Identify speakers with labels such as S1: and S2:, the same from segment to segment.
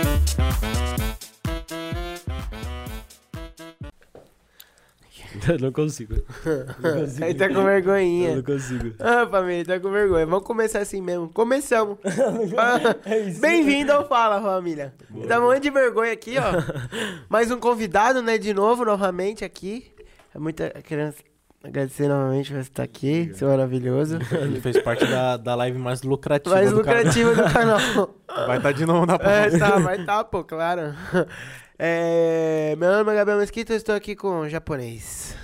S1: não consigo. Não consigo.
S2: Ele tá com
S1: Eu
S2: vergonhinha.
S1: não consigo.
S2: Ah, família, tá com vergonha. Vamos começar assim mesmo. Começamos. Ah,
S3: É isso.
S2: Bem-vindo ao Fala, família. Tá morrendo de vergonha aqui, ó. Mais um convidado, né, de novo, novamente aqui. É muito... Querendo agradecer novamente por você estar aqui, seu maravilhoso.
S3: Ele fez parte da, da live mais lucrativa.
S2: Mais
S3: do
S2: lucrativo do canal.
S3: canal. Vai estar de novo na
S2: É,
S3: próxima.
S2: tá, vai tá, pô, claro. É, meu nome é Gabriel Mesquita, eu estou aqui com o japonês.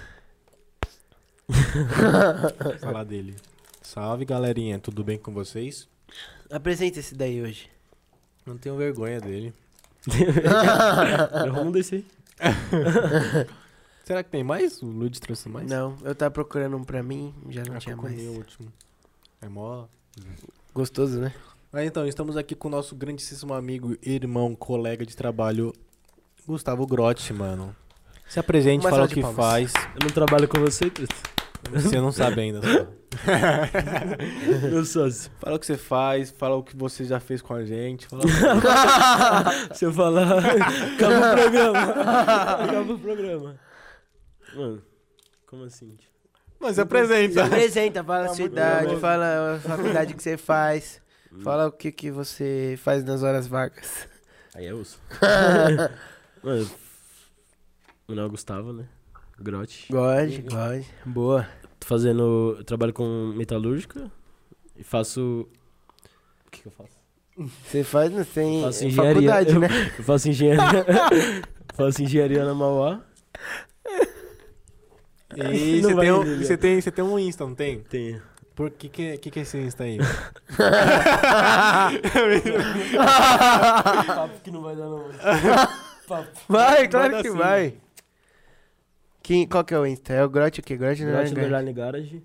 S3: Falar dele. Salve, galerinha. Tudo bem com vocês?
S2: Apresenta esse daí hoje.
S3: Não tenho vergonha dele.
S1: Vamos descer.
S3: Será que tem mais? O Ludes trouxe mais?
S2: Não, eu tava procurando um pra mim, já não
S3: Ah,
S2: tinha
S3: eu
S2: mais.
S3: comi o último. É mó...
S2: Gostoso, né?
S3: Ah, então, estamos aqui com o nosso grandíssimo amigo, irmão, colega de trabalho, Gustavo Grotti, mano. Se apresente,
S2: Uma
S3: fala o
S2: salva de
S3: que
S2: palmas.
S3: faz.
S1: Eu não trabalho com você, Truto.
S3: Você não sabe ainda, só.
S1: Meu sócio.
S3: Fala o que você faz, fala o que você já fez com a gente. Fala...
S1: Se eu falar, acaba o programa. Acaba o programa. Mano, como assim?
S3: Mas apresenta.
S2: Se apresenta, fala a sua
S3: muito
S2: idade,
S3: nervoso.
S2: fala a faculdade que você faz, fala o que, que você faz nas horas vagas.
S1: Aí é osso. Mano, meu nome é Gustavo, né? Grote.
S2: Gode, gode. Boa.
S1: Tô fazendo. eu Trabalho com metalúrgica e faço. O que, que eu faço?
S2: Você faz, não tem
S1: Faço
S2: em
S1: engenharia.
S2: faculdade,
S1: Eu-
S2: né?
S1: Eu faço engenharia. faço engenharia na Mauá.
S3: E
S1: Não
S3: você
S1: vai
S3: tem, um,
S1: entender.
S3: você, tem, você tem um Insta, não tem?
S1: Tem.
S3: Por que que, que que é esse Insta aí?
S1: Papo que não vai dar, não.
S2: Vai, claro
S3: Manda
S2: que
S3: assim.
S1: né,
S2: vai. Quem, qual que é o Insta? É o Grote o quê? Grote não
S1: Grote
S2: é
S1: Underline Garage.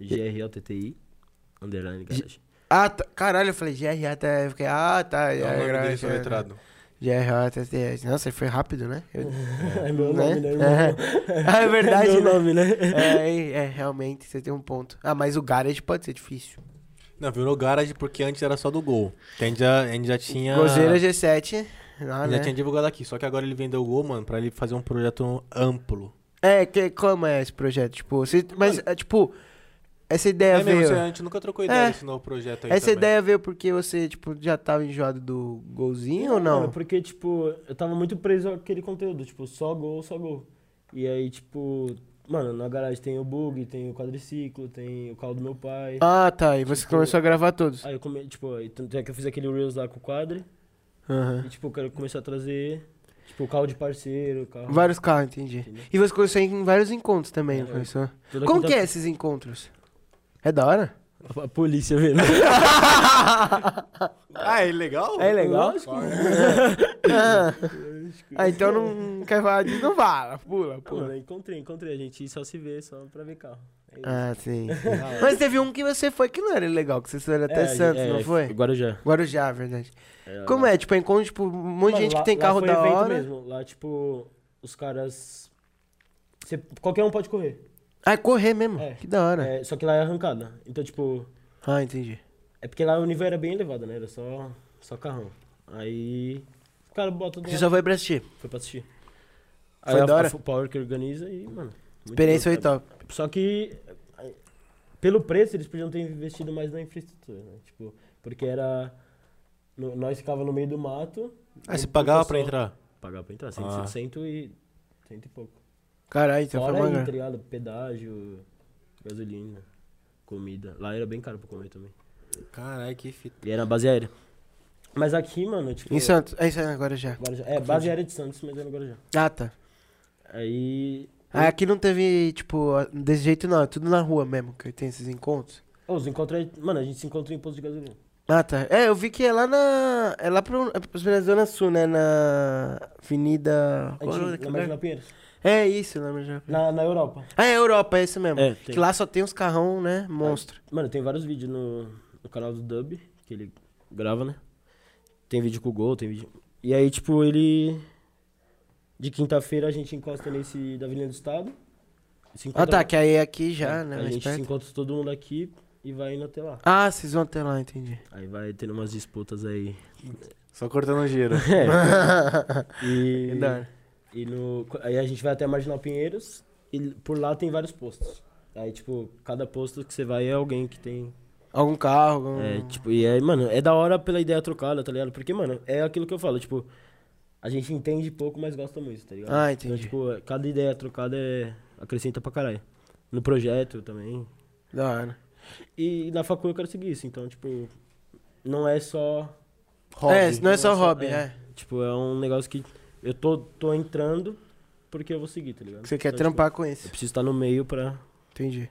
S1: G-R-O-T-T-I. Underline Garage.
S2: Ah, tá. caralho, eu falei GRA, tá. Eu fiquei, ah, tá.
S3: É o nome dele, seu letrado.
S2: GRA, tá. tá. Nossa, foi rápido, né? Eu-
S1: É meu
S2: né?
S1: nome, né, irmão?
S2: É. Ah, é verdade,
S1: meu
S2: né?
S1: nome, né?
S2: É, é, realmente, você tem um ponto. Ah, mas o Garage pode ser difícil.
S3: Não, virou Garage porque antes era só do Gol. Então, a, gente já, a gente já tá, tinha...
S2: Gozeira G7. Lá,
S3: Ah. já
S2: né?
S3: tinha divulgado aqui. Só que agora ele vendeu o Gol, mano, pra ele fazer um projeto amplo.
S2: É, que, como é esse projeto? Tipo, se- mas, é, tipo, essa ideia
S3: É, mesmo,
S2: veio.
S3: você- a gente nunca trocou
S2: É.
S3: ideia desse novo projeto aí
S2: Essa
S3: também.
S2: ideia veio porque você, tipo, já tava enjoado do golzinho ou
S1: Mano,
S2: não?
S1: porque, tipo, eu tava muito preso àquele conteúdo, tipo, só gol, só gol. E aí, tipo, mano, na garagem tem o bug, tem o quadriciclo, tem o carro do meu pai.
S2: Ah, tá. E você
S1: Tipo-
S2: começou a gravar todos.
S1: Aí eu come... tipo, aí tanto é que eu fiz aquele Reels lá com o quadro.
S2: Aham.
S1: E, tipo, eu quero começar a trazer, tipo, carro de parceiro,
S3: Então.
S1: carro.
S2: Vários carros, entendi.
S1: Entendeu?
S2: E você começou em vários encontros também,
S1: É,
S2: não começou?
S1: Toda
S2: Como que
S1: quinta-
S2: é esses encontros? É da hora?
S1: A polícia vendo.
S3: Ah, é legal?
S2: É legal?
S1: Lógico.
S2: Ah, então não quer falar disso, não fala. Pula,
S1: Pô,
S2: pula.
S1: né, encontrei, encontrei. A gente só se vê, só pra ver carro. É isso.
S2: Ah, sim. Mas teve um que você foi que não era legal, que você foi até
S1: É,
S2: Santos,
S1: é,
S2: não foi?
S1: Guarujá.
S2: Guarujá, verdade.
S1: É,
S2: Como é? Tipo, é encontro, tipo, um monte de
S1: Mano,
S2: gente
S1: lá-
S2: que tem
S1: lá
S2: carro
S1: foi
S2: da
S1: evento
S2: hora.
S1: Mesmo. Lá, tipo, os caras. cê- qualquer um pode correr.
S2: Ah, é correr mesmo.
S1: É.
S2: Que da hora.
S1: É, só que lá é arrancada. Então, tipo.
S2: Ah, entendi.
S1: É porque lá o nível era bem elevado, né? Era só, só carrão. Aí. O cara bota do
S2: Você
S1: lado.
S2: só foi pra assistir.
S1: Foi pra assistir.
S2: Foi
S1: Aí a-
S2: da hora?
S1: a Full Power que organiza e, mano. muito
S2: Experiência foi
S1: louco,
S2: top.
S1: sabe? Só que. aí, Pelo preço, eles podiam ter investido mais na infraestrutura, né? Tipo, porque era. no- nós ficava no meio do mato.
S3: Ah, você
S1: o
S3: pagava pra
S1: pessoal-
S3: entrar?
S1: Pagar pra entrar,
S3: Ah.
S1: 100, cento e. cento e pouco.
S2: Caralho, então foi
S1: Fora
S2: uma
S1: aí, tá
S2: grana.
S1: ligado? Pedágio, gasolina, comida. Lá era bem caro pra comer também.
S3: Caralho, que fita.
S1: E era base aérea. Mas aqui, mano, tipo.
S2: Em Santos. É em Santos agora já.
S1: Guarujá- É, base aérea de Santos, mas era no Guarujá.
S2: Ah, tá.
S1: Aí.
S2: Ah, aqui não teve, tipo, a- desse jeito não. É tudo na rua mesmo que tem esses encontros.
S1: Ô, os encontros. aí- Mano, a gente se encontrou em posto de gasolina.
S2: Ah, tá. É, eu vi que é lá na. É lá pro, é pros meninos da Zona Sul, né? Na Avenida.
S1: A
S2: Qual é o nome
S1: gente,
S2: daquele
S1: na
S2: lugar?
S1: Marginal Pinheiros.
S2: É isso, na Marginal.
S1: Na, na Europa.
S2: Ah, é Europa, é isso mesmo.
S1: É,
S2: Que lá só tem uns carrão, né? Monstro.
S1: Mano, tem vários vídeos no, no canal do Dub, que ele grava, né? Tem vídeo com o Gol, tem vídeo. E aí, tipo, ele. De quinta-feira a gente encosta nesse da Avenida do Estado. Se
S2: Ah,
S1: encontra-
S2: tá. Que aí é aqui já, né?
S1: A
S2: mais
S1: gente se
S2: perto.
S1: encontra todo mundo aqui e vai indo até lá.
S2: Ah, vocês vão até lá, entendi.
S1: Aí vai tendo umas disputas aí.
S3: Só cortando o giro.
S1: É. e
S2: Da hora.
S1: e no, aí a gente vai até a Marginal Pinheiros. ele- por lá tem vários postos. Aí, tipo, cada posto que você vai é alguém que tem.
S2: Algum carro, algum...
S1: É, tipo, e aí, mano, é da hora pela ideia trocada, tá ligado? Porque, mano, é aquilo que eu falo, tipo, a gente entende pouco, mas gosta muito, tá ligado?
S2: Ah, entendi.
S1: Então, tipo, cada ideia trocada é... acrescenta pra caralho. No projeto também.
S2: Da hora.
S1: E na facul eu quero seguir isso, então, tipo, não é só.
S3: Hobby.
S2: É, não é só
S1: Nossa,
S2: hobby,
S1: é.
S2: é.
S1: Tipo, é um negócio que eu tô, tô entrando porque eu vou seguir, tá ligado?
S2: Você quer
S1: Então,
S2: trampar com
S1: Tipo, eu
S2: isso.
S1: preciso estar no meio pra.
S2: Entendi.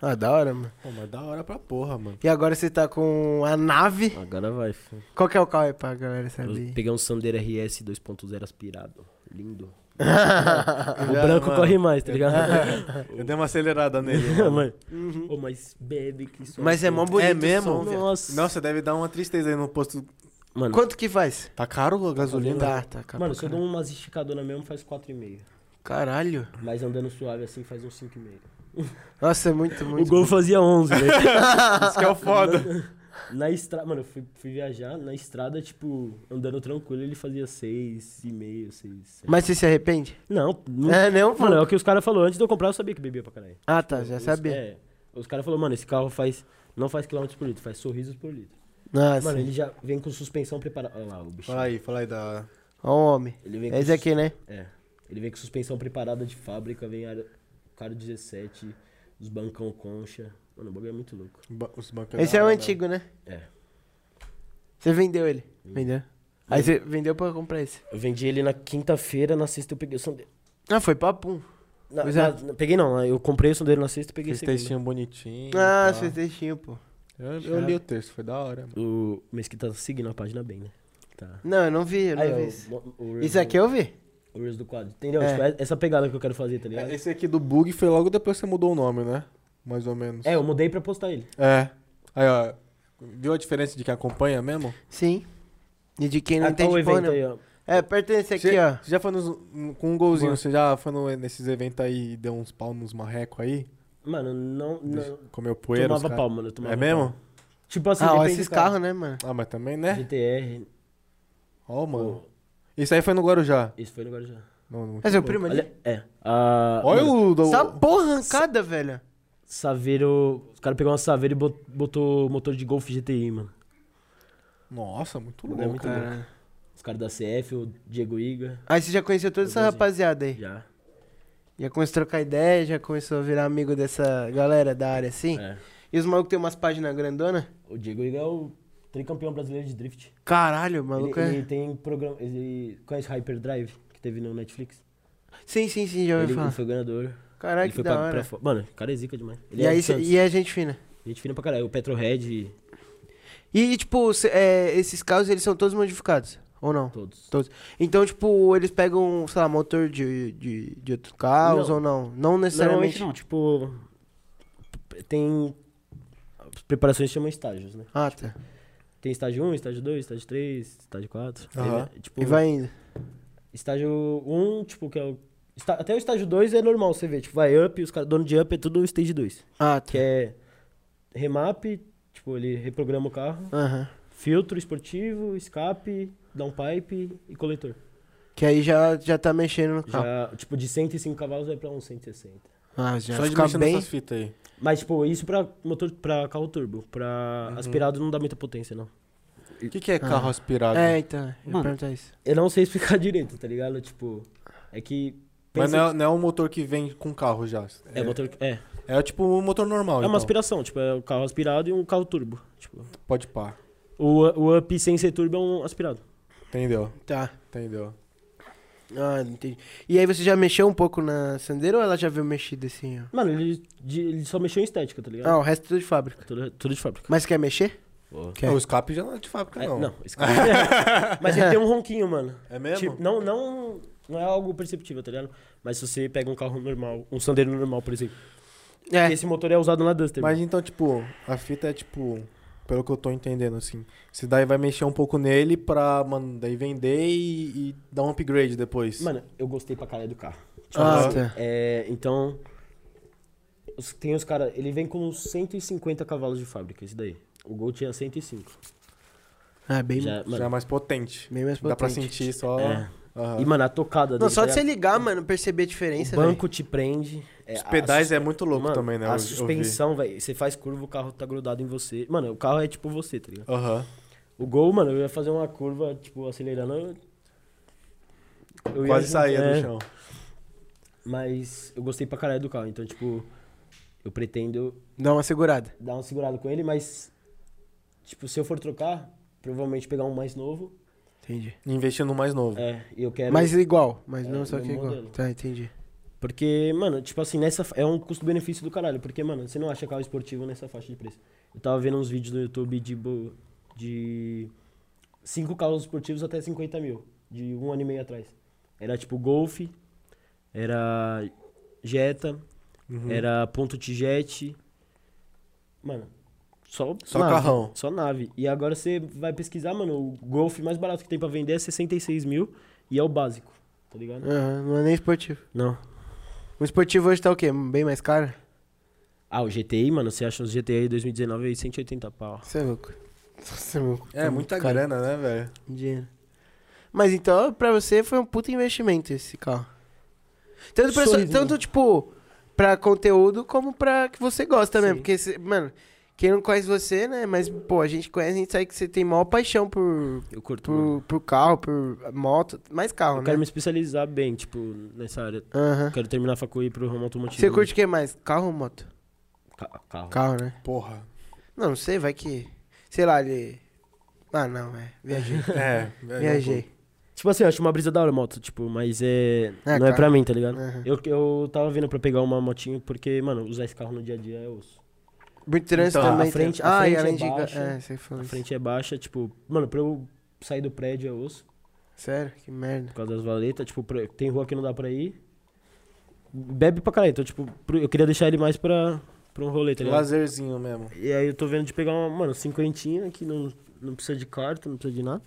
S2: Ah, da hora, mano.
S3: Pô, mas da hora pra porra, mano.
S2: E agora você tá com a nave.
S1: Agora vai, filho.
S2: Qual que é o carro aí pra galera
S1: Eu
S2: saber?
S1: peguei um Sandero RS 2.0 aspirado. Lindo.
S3: Ah,
S2: Ah,
S3: O
S1: O branco corre mais, tá ligado?
S3: Eu dei uma acelerada nele. mano.
S1: Mano,
S2: Uhum.
S1: ô, mas bebe que isso.
S2: Mas é mó bonito
S3: é
S2: o
S3: mesmo?
S2: som, viado.
S1: Nossa.
S3: Nossa, deve dar uma tristeza aí no posto.
S1: Mano,
S2: Quanto que faz?
S3: Tá caro a gasolina?
S2: Tá, tá, caro
S1: mano
S2: pra
S1: se eu dou um- umas esticadoras mesmo, faz 4,5.
S2: Caralho.
S1: Mas andando suave assim, faz uns 5,5.
S2: Nossa, é muito, muito.
S1: O gol fazia né? 11, velho.
S3: Isso que é o foda.
S1: Na estrada, mano, eu fui, fui viajar, na estrada, tipo, andando tranquilo, ele fazia seis e meio, seis, sete.
S2: Mas você se arrepende?
S1: Não, não
S2: É, não, pô.
S1: mano, é o que os caras falaram. Antes de eu comprar, eu sabia que bebia pra caralho.
S2: Ah, tá, já
S1: Os-
S2: sabia.
S1: É, os caras falaram, mano, esse carro faz, não faz quilômetros por litro, faz sorrisos por litro.
S2: Nossa,
S1: Mano, ele já vem com suspensão preparada. Olha lá, o bicho.
S3: Fala aí, fala aí da.
S2: ó o homem.
S1: Ele vem com
S2: É esse
S1: sus-
S2: aqui, né?
S1: É, ele vem com suspensão preparada de fábrica, vem ar- caro 17, os bancão concha. Mano, o bagulho é muito louco.
S3: ba- Os bancos
S2: Esse
S3: da
S2: é o
S3: hora,
S2: antigo, né?
S1: É.
S2: Você vendeu ele? Vendeu. Aí você vendeu pra comprar esse.
S1: Eu vendi ele na quinta-feira, na sexta eu peguei o sandeiro.
S2: Ah, foi papum.
S1: Na-
S2: Pois é.
S1: na- na- peguei não, eu comprei o sandeiro na sexta e peguei
S3: Fez
S1: segunda.
S3: textinho bonitinho.
S2: né? Ah,
S3: tá.
S2: fez textinho, pô.
S3: Eu, eu li o texto, foi da hora, mano.
S1: O Mesquita tá seguindo a página bem, né? Tá.
S2: Não, eu não vi, eu não
S1: Aí,
S2: vi
S1: ó,
S2: isso.
S1: o- o Reels
S2: Isso
S1: do-
S2: aqui eu vi.
S1: O Reels do quadro. Entendeu?
S2: É.
S1: Tipo, é essa pegada que eu quero fazer, tá ligado?
S3: É, Esse aqui do bug foi logo depois que você mudou o nome, né? Mais ou menos.
S1: É, eu mudei pra postar ele.
S3: É. Aí, ó. Viu a diferença de quem acompanha mesmo?
S2: Sim. E de quem não
S1: Ah, tá
S2: entende
S1: o
S2: tem
S1: evento aí, ó.
S2: É, pertence aqui,
S3: Você-
S2: ó.
S3: Você já foi nos- um- com um golzinho, você já foi no- nesses eventos aí e deu uns pau nos marrecos aí?
S1: Mano, não. não
S3: Comeu poeira? os
S1: tomava
S3: cara-
S1: pau, mano. eu tomava
S3: É mesmo?
S1: pau. Tipo assim,
S2: Ah, ó,
S1: depende
S2: esses
S1: do carro.
S2: carros, né, mano?
S3: Ah, mas também, né?
S1: GTR.
S3: Ó, mano.
S1: o-
S3: Isso aí foi no Guarujá.
S1: Isso foi um no Guarujá.
S3: Não, não.
S2: É seu primo ali.
S1: Olha, é. A,
S3: Olha
S1: mano,
S3: o. do-
S2: Essa porra arrancada, velho.
S1: Saveiro. Os caras pegaram uma Saveiro e bot- botou motor de Golf GTI, mano.
S3: Nossa, muito
S1: É
S3: louco.
S1: muito
S3: cara.
S1: louco. Os caras da CF, o Diego Iga.
S2: Aí você já conheceu toda essa
S1: Beleza.
S2: rapaziada aí.
S1: Já.
S2: Já começou a trocar ideia, já começou a virar amigo dessa galera da área, assim.
S1: É.
S2: E os malucos têm umas páginas grandona?
S1: O Diego Iga é o tricampeão brasileiro de drift.
S2: Caralho, o maluco
S1: Ele,
S2: é...
S1: ele tem programa. Ele conhece Hyperdrive, que teve no Netflix.
S2: Sim, sim, sim, já ouvi
S1: Ele
S2: falar.
S1: foi ganhador.
S2: Caralho,
S1: ele
S2: que
S1: foi
S2: da
S1: pra, pra
S2: hora.
S1: fora. Mano, o cara é zica demais. Ele
S2: E,
S1: é
S2: aí,
S1: de
S2: cê-
S1: Santos.
S2: e é gente fina.
S1: Gente fina pra caralho. O Petrohead,
S2: E, e, tipo, cê- é, esses carros, eles são todos modificados, ou não?
S1: todos.
S2: Então, tipo, eles pegam, sei lá, motor de, de, de outros carros
S1: Não.
S2: ou não? Não
S1: Normalmente
S2: necessariamente.
S1: não, tipo. p- Tem. As preparações chamam estágios, né?
S2: Ah, tá.
S1: Tem estágio 1, estágio 2, estágio 3, estágio 4.
S3: Aham.
S1: Aí, tipo,
S2: E vai indo.
S1: Estágio 1, tipo, que é o. está- Até o estágio 2 é normal você ver. Tipo, vai up, os caras, dono de up é tudo stage 2.
S2: Ah,
S1: Que
S2: tá.
S1: é remap, tipo, ele reprograma o carro,
S2: Aham.
S1: filtro esportivo, escape, downpipe e coletor.
S2: Que aí já, já tá mexendo no carro.
S3: Ah.
S1: Já, tipo, de 105 cavalos vai pra uns 160.
S2: Ah, já
S3: Só de
S2: fica
S3: mexer
S2: bem.
S3: nessas fitas aí.
S1: Mas, tipo, isso pra motor, pra carro turbo. Pra
S3: Uhum.
S1: aspirado não dá muita potência, não.
S3: O que, que é carro aspirado?
S2: É, então, eu ia
S1: Mano.
S2: perguntar isso.
S1: Eu não sei explicar direito, tá ligado? Tipo, é que.
S3: Mas
S1: pensa-
S3: não é, não é um motor que vem com carro já.
S1: é, motor. É.
S3: É tipo um motor normal.
S1: É uma
S3: então.
S1: aspiração, tipo, é um carro aspirado e um carro turbo. Tipo,
S3: Pode pá.
S1: o, o up sem ser turbo é um aspirado.
S3: Entendeu?
S2: Tá.
S3: Entendeu?
S2: Ah, entendi. E aí você já mexeu um pouco na Sandero ou ela já veio mexida assim? ó?
S1: Mano, ele, de- ele só mexeu em estética, tá ligado?
S2: Ah, o resto é tudo de fábrica.
S1: Tudo, tudo de fábrica.
S2: Mas quer mexer? Quer.
S3: Ah, O escape já não é de fábrica,
S1: É,
S3: não.
S1: não, esse cara. Mas ele tem um ronquinho, mano.
S3: É mesmo?
S1: Tipo, não, não, não é algo perceptível, tá ligado? Mas se você pega um carro normal, um sandeiro normal, por exemplo.
S2: É.
S1: Esse motor é usado na Duster.
S3: Mas então, tipo, a fita é tipo. Pelo que eu tô entendendo, assim. Você daí vai mexer um pouco nele pra, mano, daí vender e, e dar um upgrade depois.
S1: Mano, eu gostei pra caralho do carro. Tipo,
S2: Ah,
S1: assim,
S2: tá.
S1: é, então. os- Tem os caras. Ele vem com uns 150 cavalos de fábrica, esse daí. O Gol tinha 105.
S2: Ah, bem,
S1: Já, mano,
S3: já é mais potente.
S2: bem mais potente.
S3: Dá pra sentir só
S1: É.
S3: Aham.
S1: E, mano, a tocada
S2: Não,
S1: dele,
S2: só
S1: tá
S2: de você
S1: ligado?
S2: ligar, mano, perceber a diferença,
S1: O
S2: velho.
S1: banco te prende. é,
S3: Os
S1: a-
S3: pedais é muito louco
S1: mano,
S3: também, né?
S1: A
S3: eu- eu vi.
S1: suspensão, velho. Você faz curva, o carro tá grudado em você. Mano, o carro é tipo você, tá ligado?
S3: Aham.
S1: O gol, mano, eu ia fazer uma curva, tipo, acelerando. eu- eu ia
S3: Quase
S1: junto,
S3: saía
S1: é,
S3: do chão.
S1: Mas eu gostei pra caralho do carro, então, tipo, eu pretendo
S2: Dá uma segurada.
S1: dar uma segurada com ele, mas, tipo, se eu for trocar, provavelmente pegar um mais novo.
S2: Entendi.
S3: Investindo no mais novo.
S1: É, e eu quero.
S2: Mas igual, mas
S1: É,
S2: não só
S1: no
S2: que igual.
S1: modelo.
S2: Tá, entendi.
S1: Porque, mano, tipo assim, nessa fa- é um custo-benefício do caralho. Porque, mano, você não acha carro esportivo nessa faixa de preço. Eu tava vendo uns vídeos no YouTube de, bo- de cinco carros esportivos até 50 mil, de um ano e meio atrás. Era tipo Golf, era Jetta,
S3: Uhum.
S1: era Ponto Jet. Mano, só,
S3: Só
S1: nave,
S3: carrão.
S1: Só nave. E agora você vai pesquisar, mano, o Golf mais barato que tem pra vender é 66 mil e é o básico, tá ligado?
S2: Aham, não é nem esportivo.
S1: Não.
S2: O esportivo hoje tá o quê? Bem mais caro?
S1: Ah, o GTI, mano, você acha os GTI 2019 aí 180 pau.
S2: Você é louco. Você é louco.
S3: É, muita
S2: caro.
S3: grana, né, velho?
S2: Dinheiro. Mas então, pra você foi um puta investimento esse carro. Tanto, pra,
S1: Sorriso.
S2: tanto tipo, pra conteúdo como pra que você gosta mesmo.
S1: Sim.
S2: Porque, cê- mano, quem não conhece você, né? Mas, pô, a gente conhece, a gente sabe que você tem maior paixão por,
S1: Eu curto. mano.
S2: por, por carro, por moto. Mais carro,
S1: Eu
S2: Hum, né?
S1: quero me especializar bem, tipo, nessa área.
S2: Aham.
S1: Eu quero terminar a faculdade e ir pro ramo automotivo.
S2: Você curte o que mais? Carro ou moto?
S1: Ca- carro.
S2: Carro, né?
S3: Porra.
S2: Não, não sei, vai que. Sei lá, ele. Ah, não, é. Viajei.
S3: É, velho.
S2: Viajei.
S1: Tipo assim, eu acho uma brisa da hora moto, tipo, mas é.
S2: É,
S1: não é
S2: cara.
S1: pra mim, tá ligado?
S2: Aham.
S1: Eu, eu tava vindo pra pegar uma motinha porque, mano, usar esse carro no dia a dia é osso.
S2: Muito trânsito
S3: Então, a
S2: também.
S1: frente-
S2: tem-
S1: a
S2: ah, e
S1: frente
S2: além
S1: é
S2: de.
S1: baixa,
S2: É, você falou
S1: A
S2: isso.
S1: frente é baixa, tipo, mano, pra eu sair do prédio é osso,
S2: Sério? Que merda.
S1: por causa das valetas, tipo, pra- tem rua que não dá pra ir. Bebe pra caralho, então, tipo, pro- eu queria deixar ele mais pra, pra um rolê, tá ligado?
S3: Lazerzinho mesmo.
S1: E aí eu tô vendo de pegar uma, mano, cinquentinha que não, não precisa de carta, não precisa de nada.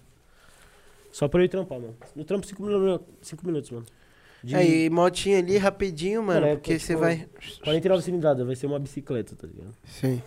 S1: Só pra eu ir trampar, mano. No trampo cinco minutos, cinco minutos mano. De
S2: Aí, motinha ali rapidinho, mano,
S1: Cara, é
S2: porque
S1: tipo-
S2: você vai.
S1: 49 cilindradas, vai ser uma bicicleta, tá ligado?
S2: Sim.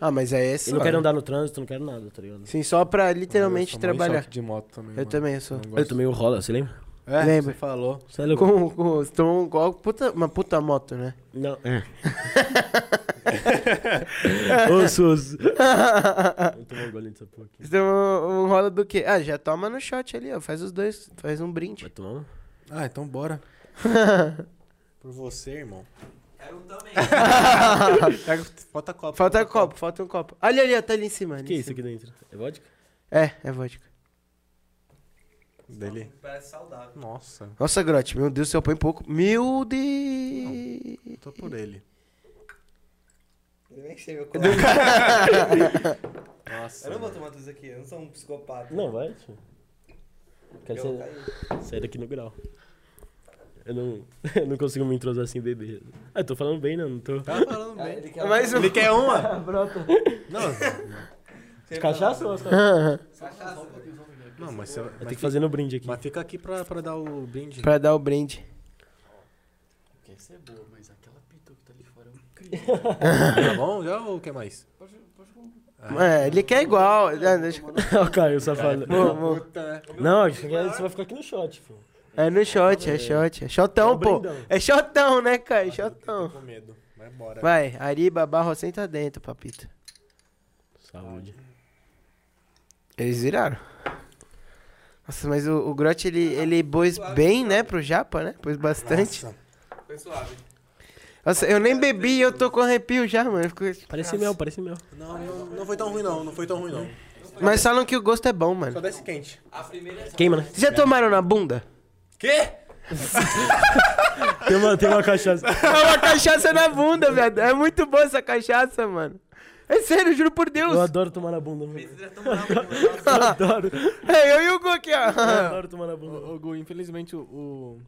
S2: Ah, mas aí é só.
S1: Eu não quero andar no trânsito, não quero nada, tá ligado?
S2: Sim, só pra literalmente
S3: Eu sou mó
S2: trabalhar.
S3: choque de moto também,
S2: Eu
S3: mano.
S2: também sou.
S3: Não
S1: Eu
S3: gosto.
S1: tomei o rola, você lembra?
S3: É,
S2: Lembra.
S3: você falou.
S1: Você é louco?
S2: Com, com, você tomou um golpe, puta, uma puta moto, né?
S1: Não. osso, osso. Eu tomei um gole dessa porra aqui.
S2: Você tomou um rola do quê? Ah, já toma no shot ali, ó. Faz os dois, faz um brinde.
S1: Vai tomar um?
S3: Ah, então bora. Por você, irmão. Quero um também. falta copo.
S2: Falta copo, falta um copo. Ali, ali, ó, tá ali em cima.
S1: O
S2: ali
S1: que é
S2: em
S1: isso
S2: cima.
S1: aqui dentro? É vodka?
S2: É, é vodka.
S3: Dele. Parece saudável. Nossa,
S2: Nossa, Grote, meu Deus do céu, põe pouco. Meu Deus.
S3: eu tô por ele.
S4: Eu nem sei meu copo.
S3: Nossa.
S4: Eu não vou tomar tudo isso aqui, eu não sou um psicopata.
S1: Não, vai, tio. Quero
S4: Eu
S1: ser...
S4: caí.
S1: Sair daqui no grau. Eu não, eu não consigo me entrosar sem beber. Ah, eu tô falando bem, né? Não tô.
S3: Tá falando
S4: Ah,
S3: bem.
S4: ele quer
S2: Mais um.
S3: Ele quer uma?
S4: Você
S1: Cachaça ou só?
S4: Cachaça.
S3: Não, mas você.
S1: Eu
S3: Mas,
S1: tenho que
S3: fica,
S1: fazer no brinde aqui.
S3: mas fica aqui pra, pra dar o brinde.
S2: Pra dar o brinde.
S5: Porque essa é boa, mas aquela pitu que tá ali fora é um
S3: Tá bom já ou quer mais?
S2: É, ele quer igual. Ah, deixa-
S1: Ó, Caio, safado.
S2: Vou, vou.
S3: Puta, né?
S1: Não, isso aqui é- você vai ficar aqui no shot, filho.
S2: É no shot, é shot. É shotão,
S1: É
S2: pô.
S1: brindão.
S2: É shotão, né, cara? Shotão.
S3: Com medo. Vai embora.
S2: Vai, Ariba, Barro, senta dentro, papito.
S1: Saúde.
S2: Eles viraram. Nossa, mas o, o Grote, ele, ele pôs bem, né, pro Japa, né? Pôs bastante.
S3: Nossa.
S4: Foi suave.
S2: Nossa, eu nem bebi e eu tô com arrepio já, mano. Eu fico-
S1: Parece mel, parece mel.
S3: Não, não, não foi tão ruim não, não foi tão ruim não.
S2: Mas falam que o gosto é bom, mano.
S3: Só desce quente.
S4: A primeira é só.
S1: Queima, né?
S2: Vocês já tomaram na bunda?
S3: Quê?
S1: Tem uma, tem uma cachaça.
S2: É uma cachaça na bunda, viado. É muito boa essa cachaça, mano. É sério, juro por
S1: Eu
S2: Deus.
S1: adoro tomar na bunda, mano.
S4: Precisa tomar uma nossa.
S1: Eu adoro.
S2: É, eu e o Gu aqui,
S1: Eu
S2: ó.
S1: adoro tomar na
S3: Ô,
S1: bunda.
S3: ô, Gu, infelizmente o, o.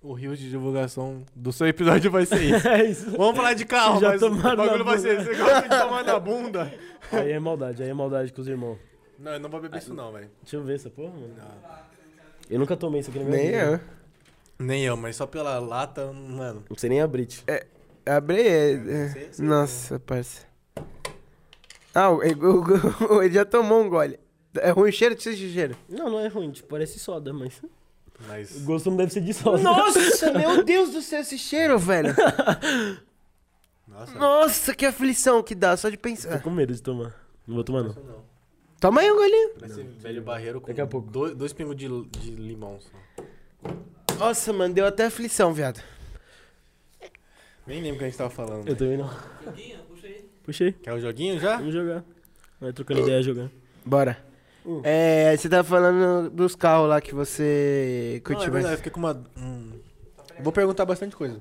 S3: o rio de divulgação do seu episódio vai ser isso.
S1: É isso.
S3: Vamos falar de carro,
S1: Já
S3: mas o
S1: tomaram na
S3: bagulho vai
S1: bunda.
S3: ser. Você gosta de tomar na bunda?
S1: Aí é maldade, aí é maldade com os irmãos.
S3: Não, eu não vou beber isso não, velho.
S1: Deixa eu ver essa porra, mano. Eu nunca tomei isso aqui na minha
S2: Nem
S1: vida.
S2: eu.
S3: Nem eu, mas só pela lata, mano.
S1: Não sei nem abrir, tipo. tio.
S2: Abre. é, é. Nossa, parça. Ah, o, o, o- ele já tomou um gole. É ruim o cheiro? Tira o cheiro.
S1: Não, não é ruim, tipo, parece soda, mas. O
S3: Mas.
S1: gosto não deve ser de soda.
S2: Nossa, meu Deus do céu, esse cheiro, velho.
S3: Nossa.
S2: Nossa, que aflição que dá, só de
S1: Tô
S2: pensar.
S1: com medo de tomar. Não vou tomar, não.
S2: Toma aí um golinho.
S3: Parece velho barreiro com
S1: Daqui a pouco.
S3: dois, dois pingos de, de limão só.
S2: Nossa, mano, deu até aflição, viado.
S3: Nem lembro o que a gente tava falando.
S1: Eu
S3: né?
S1: também não.
S4: Joguinho, puxa aí.
S1: Puxei.
S3: Quer o joguinho já?
S1: Vamos jogar. Vai trocando ideia jogando.
S2: Bora.
S1: Hum.
S2: É, você tava falando dos carros lá que você
S3: Não, é
S2: curtiu,
S3: verdade, eu
S2: mas...
S3: fiquei com uma. hum, Vou perguntar bastante coisa.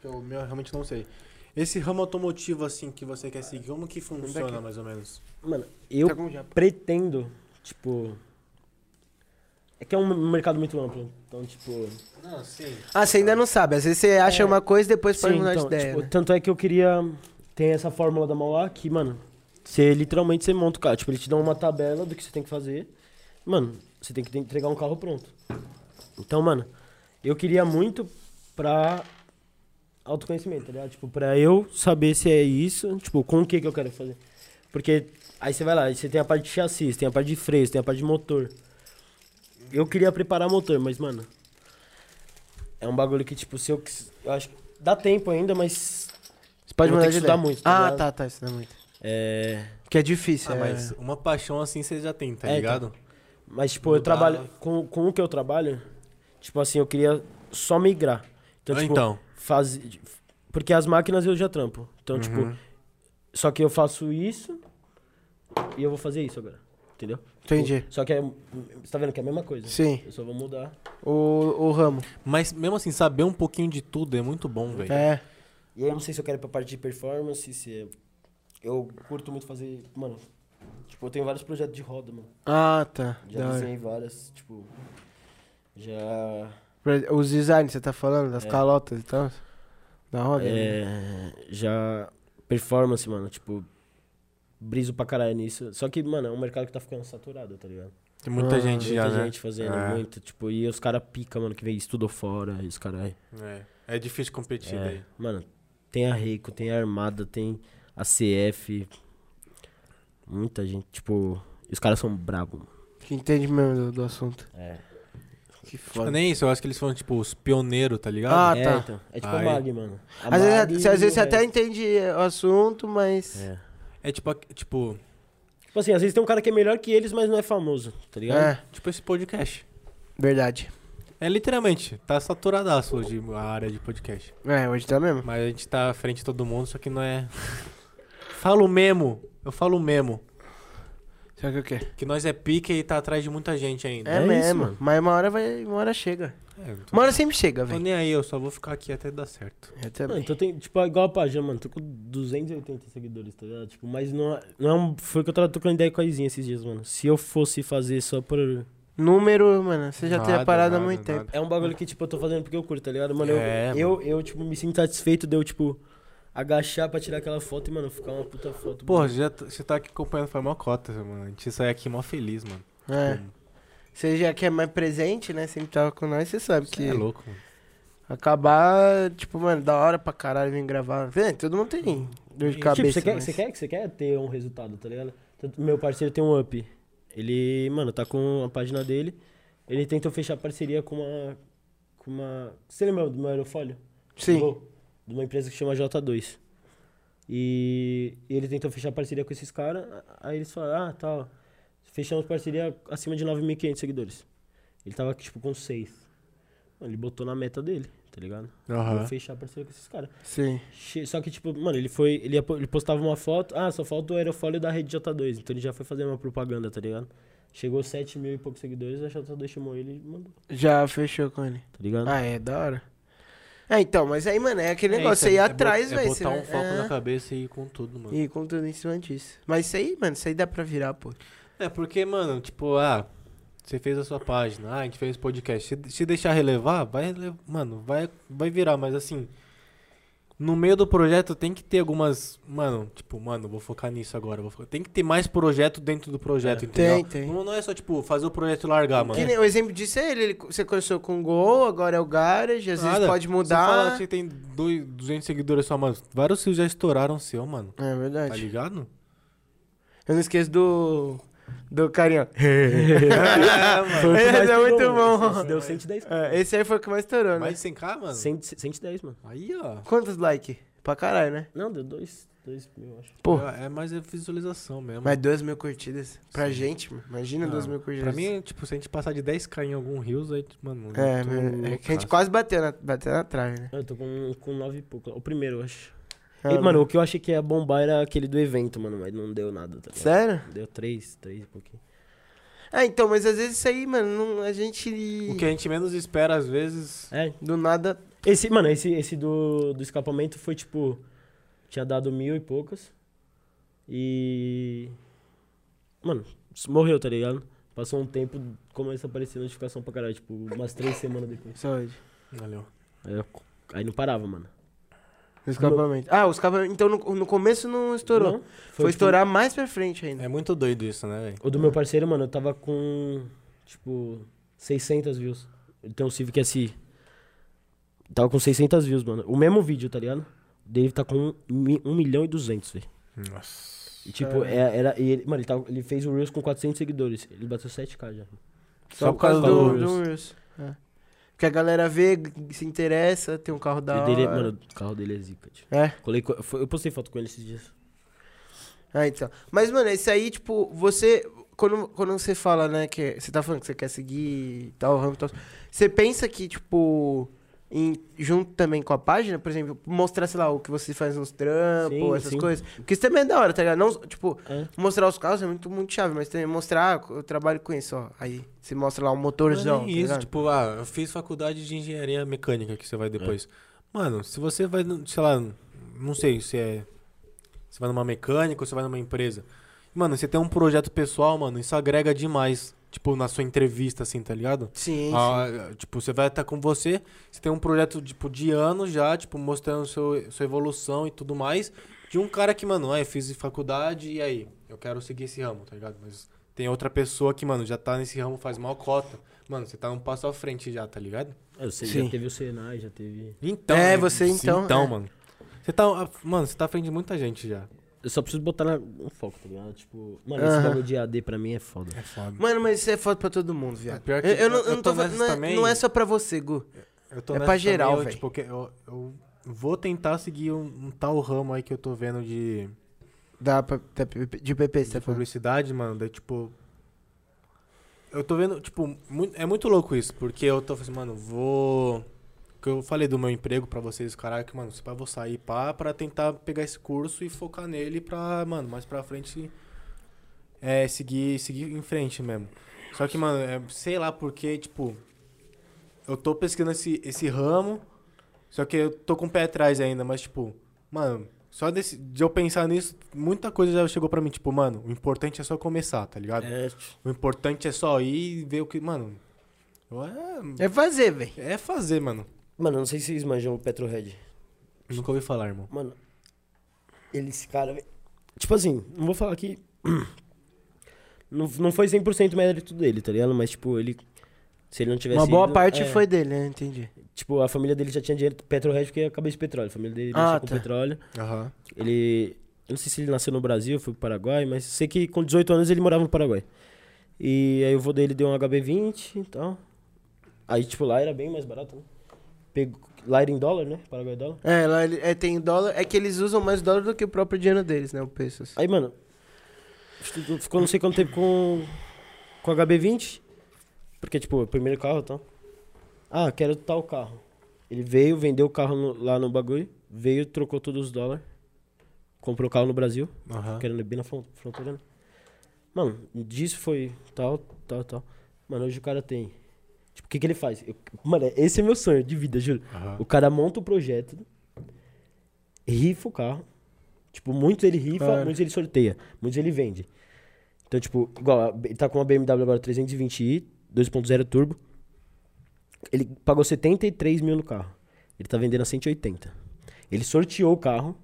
S3: Que eu, meu, realmente não sei. Esse ramo automotivo, assim, que você quer seguir, como que funciona, mais ou menos?
S1: Mano, eu
S2: Tá com japa.
S1: pretendo, tipo. É que é um mercado muito amplo. Então, tipo.
S3: Não, sim.
S2: Ah, você ainda não sabe. Às vezes você acha
S1: É.
S2: uma coisa e depois pode
S1: Sim,
S2: mudar
S1: então,
S2: de ideia.
S1: tipo,
S2: né?
S1: tanto é que eu queria. Tem essa fórmula da Mauá que, mano, você literalmente você monta o carro. Tipo, eles te dão uma tabela do que você tem que fazer. Mano, você tem que entregar um carro pronto. Então, mano, eu queria muito pra autoconhecimento, tá ligado? Tipo, pra eu saber se é isso, tipo, com o que que eu quero fazer. Porque aí você vai lá, aí você tem a parte de chassi, você tem a parte de freio, você tem a parte de motor. Eu queria preparar motor, mas, mano, é um bagulho que, tipo, se eu, quis- eu acho que dá tempo ainda, mas
S2: Você pode
S1: eu vou
S2: mudar
S1: ter
S2: de
S1: que estudar
S2: ideia.
S1: muito, tá
S2: Ah,
S1: ligado?
S2: tá, tá, estudar muito.
S1: é...
S2: Que é difícil,
S3: Ah,
S2: é.
S3: mas uma paixão assim você já tem, tá
S1: É,
S3: ligado?
S1: Mas, tipo, eu
S3: Mudar.
S1: trabalho... Com, com o que eu trabalho, tipo assim, eu queria só migrar. Então,
S3: Ah,
S1: tipo,
S3: então.
S1: faz- Porque as máquinas eu já trampo. Então,
S3: Uhum.
S1: tipo, só que eu faço isso e eu vou fazer isso agora, entendeu?
S2: Entendi.
S1: Só que é... Você tá vendo que é a mesma coisa.
S2: Sim,
S1: Eu só vou mudar.
S2: o, o ramo.
S3: Mas mesmo assim, saber um pouquinho de tudo é muito bom, velho.
S2: É.
S1: E aí eu não sei se eu quero ir pra parte de performance, se é... Eu curto muito fazer... Mano, tipo, eu tenho vários projetos de roda, mano.
S2: Ah, tá.
S1: Já
S2: Da hora.
S1: desenhei várias, tipo... Já...
S2: Pra- Os designs, você tá falando, das
S1: É.
S2: calotas e tal? Da roda? né?
S1: É, já performance, mano, tipo, briso pra caralho nisso. Só que, mano, é um mercado que tá ficando saturado, tá ligado?
S3: Tem muita
S2: Ah,
S3: gente
S1: Muita
S3: já,
S1: gente fazendo,
S3: É.
S1: muito, tipo, e os cara pica, mano, que vem estudou fora, e os caralho.
S3: né? É. é difícil competir
S1: É,
S3: daí.
S1: mano, tem a Reiko, tem a Armada, tem a CF, muita gente, tipo, e os caras são brabo, mano.
S2: Que entende mesmo do, do assunto.
S1: É.
S2: Que
S3: Tipo,
S2: foda.
S3: nem isso, eu acho que eles foram, tipo, os pioneiros, tá ligado?
S2: Ah,
S1: é,
S2: tá.
S1: então, é tipo
S3: Aí.
S1: a Mag, mano. A
S2: Às vezes,
S1: Mag
S2: você- às
S1: e
S2: vezes você
S1: o
S2: até
S1: resto.
S2: entende o assunto, mas...
S1: É.
S3: É tipo, a- tipo,
S1: Tipo assim, às vezes tem um cara que é melhor que eles, mas não é famoso, tá ligado?
S2: É,
S3: tipo esse podcast.
S2: verdade.
S3: É literalmente, tá saturadaço hoje a área de podcast.
S2: É, hoje tá mesmo.
S3: Mas a gente tá à frente de todo mundo, só que não é. falo mesmo. Eu falo mesmo.
S2: Só que o quê?
S3: Que nós é pique e tá atrás de muita gente ainda.
S2: É,
S1: É isso,
S2: mesmo.
S1: mano.
S2: mas uma hora vai, uma hora chega.
S3: É, eu tô,
S2: Uma hora sempre chega,
S3: tô
S2: velho.
S3: nem aí, eu só vou ficar aqui até dar certo.
S2: Eu
S1: Não,
S2: também.
S1: então tem, tipo, igual a Pajé, mano, tô com 280 seguidores, tá ligado? Tipo, mas não, é- não é um, foi que eu tava trocando ideia com a Izinha esses dias, mano. Se eu fosse fazer só por...
S2: Número, mano, você já tem a
S3: Nada,
S2: parada há
S3: nada,
S2: muito tempo.
S3: nada.
S1: É um bagulho que, tipo, eu tô fazendo porque eu curto, tá ligado? Mano,
S3: É, mano.
S1: eu, eu, eu, tipo, me sinto satisfeito de eu, tipo, agachar pra tirar aquela foto e, mano, ficar uma puta foto.
S3: Porra,
S1: bonita.
S3: você já t- você tá aqui acompanhando foi mó cota, mano. A gente sai aqui mó feliz, mano.
S2: É. Você já quer mais presente, né? Sempre tava com nós, você sabe
S3: Que
S2: que
S3: é louco, mano.
S2: acabar, tipo, mano, da hora pra caralho vir gravar. Vê, todo mundo tem dor de
S3: Tipo,
S2: cabeça.
S1: Tipo, você quer,
S2: mas-
S1: você, quer, você quer ter um resultado, tá ligado? Tanto- Meu parceiro tem um up. Ele, mano, tá com a página dele. Ele tentou fechar parceria com uma... Com uma... Você lembra do meu aerofólio?
S2: Sim.
S1: Vou, de uma empresa que chama J2. E, e ele tentou fechar parceria com esses caras, aí eles falaram, ah, tal, fechamos parceria acima de 9.500 seguidores. Ele tava, tipo, com 6. Ele botou na meta dele, tá ligado?
S3: Aham.
S1: Vou fechar parceria com esses caras.
S2: Sim.
S1: Che- Só que, tipo, mano, ele foi. Ele, ia po- ele postava uma foto. Ah, só falta o aerofólio da rede J2. Então ele já foi fazer uma propaganda, tá ligado? Chegou 7 mil e poucos seguidores, a J2 chamou ele e mandou,
S2: Já fechou com ele.
S1: tá ligado?
S2: Ah, é, da hora. É, então, mas aí, mano, é aquele
S3: Então. É
S2: negócio,
S3: isso,
S2: você ir
S3: é bo-
S2: atrás,
S3: é
S2: velho. você
S3: botar um
S2: vai-
S3: foco
S2: é.
S3: na cabeça e ir com tudo, mano.
S2: E com tudo em cima disso. Mas isso aí, mano, isso aí dá pra virar, pô.
S3: É, porque, mano, tipo, ah, você fez a sua página, ah, a gente fez podcast. Se, se deixar relevar, vai, rele- mano, vai, vai virar, mas assim, no meio do projeto tem que ter algumas, mano, tipo, mano, vou focar nisso agora. vou focar- Tem que ter mais projeto dentro do projeto, entendeu?
S2: Tem, tem.
S3: Não, não é só, tipo, fazer o projeto e largar, mano.
S2: Que nem- o exemplo disso é ele, ele- Você começou com Gol, agora é o Garage, às vezes
S3: Nada.
S2: pode
S3: Você fala
S2: mudar.
S3: que você tem dois- 200 seguidores só, mano, vários seus já estouraram o seu, mano.
S2: É
S3: Tá
S2: verdade.
S3: ligado?
S2: Eu não esqueço do. do carinha.
S1: Foi o que
S2: é, Esse
S1: mais
S2: é muito
S1: pegou,
S2: bom.
S1: esse Deu 110.
S2: É, Esse aí foi o que mais estourou, né?
S3: Mais 100k, mano?
S1: 100, 110, mano.
S3: Aí, ó.
S2: Quantos likes? Pra caralho, né?
S1: Não, deu 2 mil, eu acho.
S2: Pô,
S3: É é mais a visualização mesmo.
S2: mais 2 mil curtidas. Pra gente, mano. imagina
S3: Uhum. Não,
S2: 2 mil curtidas.
S3: Pra mim, tipo, se a gente passar de 10k em algum Reels, aí, tipo, mano. eu
S2: É,
S3: tô
S2: mas é que a gente
S3: loucaço.
S2: quase bateu na, bateu na trave, né?
S1: Ah, Eu tô com, com 9 e pouco. O primeiro, eu acho. E,
S2: Ah,
S1: mano, o que eu achei que ia bombar era aquele do evento, mano, mas não deu nada, tá ligado?
S2: Sério?
S1: Deu 3, 3 e pouquinho.
S2: Ah, então, mas às vezes isso aí, mano, não- a gente
S3: O que a gente menos espera, às vezes.
S1: É,
S2: do nada.
S1: Esse, mano, esse, esse do, do escapamento foi tipo. Tinha dado mil e poucas. E. Mano, s- morreu, tá ligado? Passou um tempo, começa a aparecer notificação pra caralho, tipo, umas três semanas depois.
S2: Saúde.
S3: Valeu.
S1: Aí, eu- aí não parava, mano.
S2: O escapamento. Ah, o escapamento. Então no, no começo não estourou.
S1: Não,
S2: foi
S1: tipo,
S2: estourar mais pra frente ainda.
S3: É muito doido isso, né, velho?
S1: O do meu parceiro, mano, eu tava com. Tipo, 600 views. Ele tem um Civic SI. Tava com 600 views, mano. O mesmo vídeo, tá ligado? O dele tá com 1 milhão e 200, velho.
S3: Nossa.
S1: E, tipo, é- era. e ele, mano, ele, tava- ele fez o Reels com 400 seguidores. Ele bateu 7k já.
S2: Só por causa
S1: causa
S2: do,
S1: do
S2: do Reels. É. Porque a galera vê, g- se interessa, tem um carro
S1: E
S2: da hora.
S1: dele, mano, o carro dele é zica, tio.
S2: É.
S1: Colei co- foi- eu postei foto com ele esses dias.
S2: Ah, então. Mas, mano, isso aí, tipo, você. Quando, quando você fala, né, que você tá falando que você quer seguir tal ramo tal. Você pensa que, tipo. em- junto também com a página, por exemplo, mostrar, sei lá, o que você faz nos trampos,
S1: Sim,
S2: essas
S1: sim.
S2: coisas. Porque isso também é da hora, tá ligado? Não, tipo,
S1: É.
S2: mostrar os carros é muito, muito chave, mas também mostrar, ah, eu trabalho com isso, ó. Aí você mostra lá um motorzão. tá
S3: isso,
S2: ligado?
S3: tipo, ah, eu fiz faculdade de engenharia mecânica que você
S2: É.
S3: vai depois. Mano, se você vai, no- sei lá, não sei se é. Você vai numa mecânica ou você vai numa empresa. Mano, você tem um projeto pessoal, mano, isso agrega demais. Tipo, na sua entrevista, assim, tá ligado?
S2: Sim, sim.
S3: Ah, tipo, você vai estar com você, você tem um projeto tipo, de anos já, tipo, mostrando seu, sua evolução e tudo mais. De um cara que, mano, ah, eu fiz faculdade e aí, eu quero seguir esse ramo, tá ligado? Mas tem outra pessoa que, mano, já tá nesse ramo faz mal cota. Mano, você tá um passo à frente já, tá ligado?
S1: É, eu sei,
S2: Sim.
S1: já teve o Senai, já teve.
S3: Então.
S2: É,
S3: né?
S2: você
S3: Sim,
S2: então,
S3: Então,
S2: é.
S3: mano. Você tá, ah, mano, você tá à frente de muita gente já.
S1: Eu só preciso botar na- no foco, tá ligado? Tipo, mano, esse
S2: Aham.
S1: bagulho de AD pra mim é foda.
S3: É foda.
S2: Mano, mas isso é foda pra todo mundo, viado.
S3: pior que
S2: eu, eu não,
S3: eu-
S2: eu não
S3: eu
S2: tô
S3: tô
S2: falando.
S3: nessas
S2: Não, é-
S3: também.
S2: não é só pra você, Gu.
S3: Eu tô
S2: É
S3: nessa
S2: pra geral,
S3: também, eu,
S2: véi.
S3: Tipo, que eu, eu vou tentar seguir um- um tal ramo aí que eu tô vendo de.
S2: Da, pa- da PP de PP, você
S3: Essa
S2: tá falando.
S3: publicidade, mano, daí tipo. Eu tô vendo, tipo, mu- é muito louco isso, porque eu tô assim, mano, vou. Que eu falei do meu emprego pra vocês, caralho, que, mano, se pá, eu vou sair pá, pra tentar pegar esse curso e focar nele pra, mano, mais pra frente. É, seguir, seguir em frente mesmo. Só que, mano, é, sei lá porque, tipo. Eu tô pesquisando esse, esse ramo, só que eu tô com o pé atrás ainda, mas, tipo, mano, só desse, de eu pensar nisso, muita coisa já chegou pra mim, tipo, mano, o importante é só começar, tá ligado?
S1: É,
S3: O importante é só ir e ver o que, mano. eu-
S2: É fazer, velho.
S3: É, é fazer, mano.
S1: mano, não sei se vocês manjam o Petrohead.
S3: Nunca ouvi falar, irmão.
S1: Mano, ele, esse cara. velho- Tipo assim, não vou falar que. Não, não foi 100% mérito dele, tá ligado? Mas, tipo, ele. Se ele não tivesse.
S2: Uma boa
S1: ido-
S2: parte
S1: é.
S2: foi dele, né? Entendi.
S1: Tipo, a família dele já tinha dinheiro Petrohead porque acabei de petróleo. A família dele
S2: Ah,
S1: mexia com
S2: tá.
S1: petróleo.
S3: Aham.
S1: Ele. Eu não sei se ele nasceu no Brasil, foi pro Paraguai, mas sei que com 18 anos ele morava no Paraguai. E aí o vô dele deu um HB20 e tal. Aí, tipo, lá era bem mais barato, né? Pegou- Lá era em dólar, né? Paraguai é dólar.
S2: É, lá ele, é, tem dólar. É que eles usam mais dólar do que o próprio dinheiro deles, né? O pesos.
S1: Aí, mano, estu- ficou não sei quanto tempo com, com HB20, porque, tipo, é o primeiro carro e tal. Ah, quero tal carro. Ele veio, vendeu o carro no- lá no bagulho, veio, trocou todos os dólares, comprou o carro no Brasil,
S3: Aham.
S1: querendo bem na fron- fronteira, né? Mano, disso foi tal, tal, tal. Mano, hoje o cara tem. Tipo, o que, que ele faz? Eu- mano, esse é meu sonho de vida, juro.
S3: Aham.
S1: O cara monta o projeto, rifa o carro. Tipo, muitos ele rifa,
S2: Claro.
S1: muitos ele sorteia, muitos ele vende. Então, tipo, igual, a- ele tá com uma BMW agora 320i, 2.0 turbo. Ele pagou 73 mil no carro. Ele tá vendendo a 180. Ele sorteou o carro.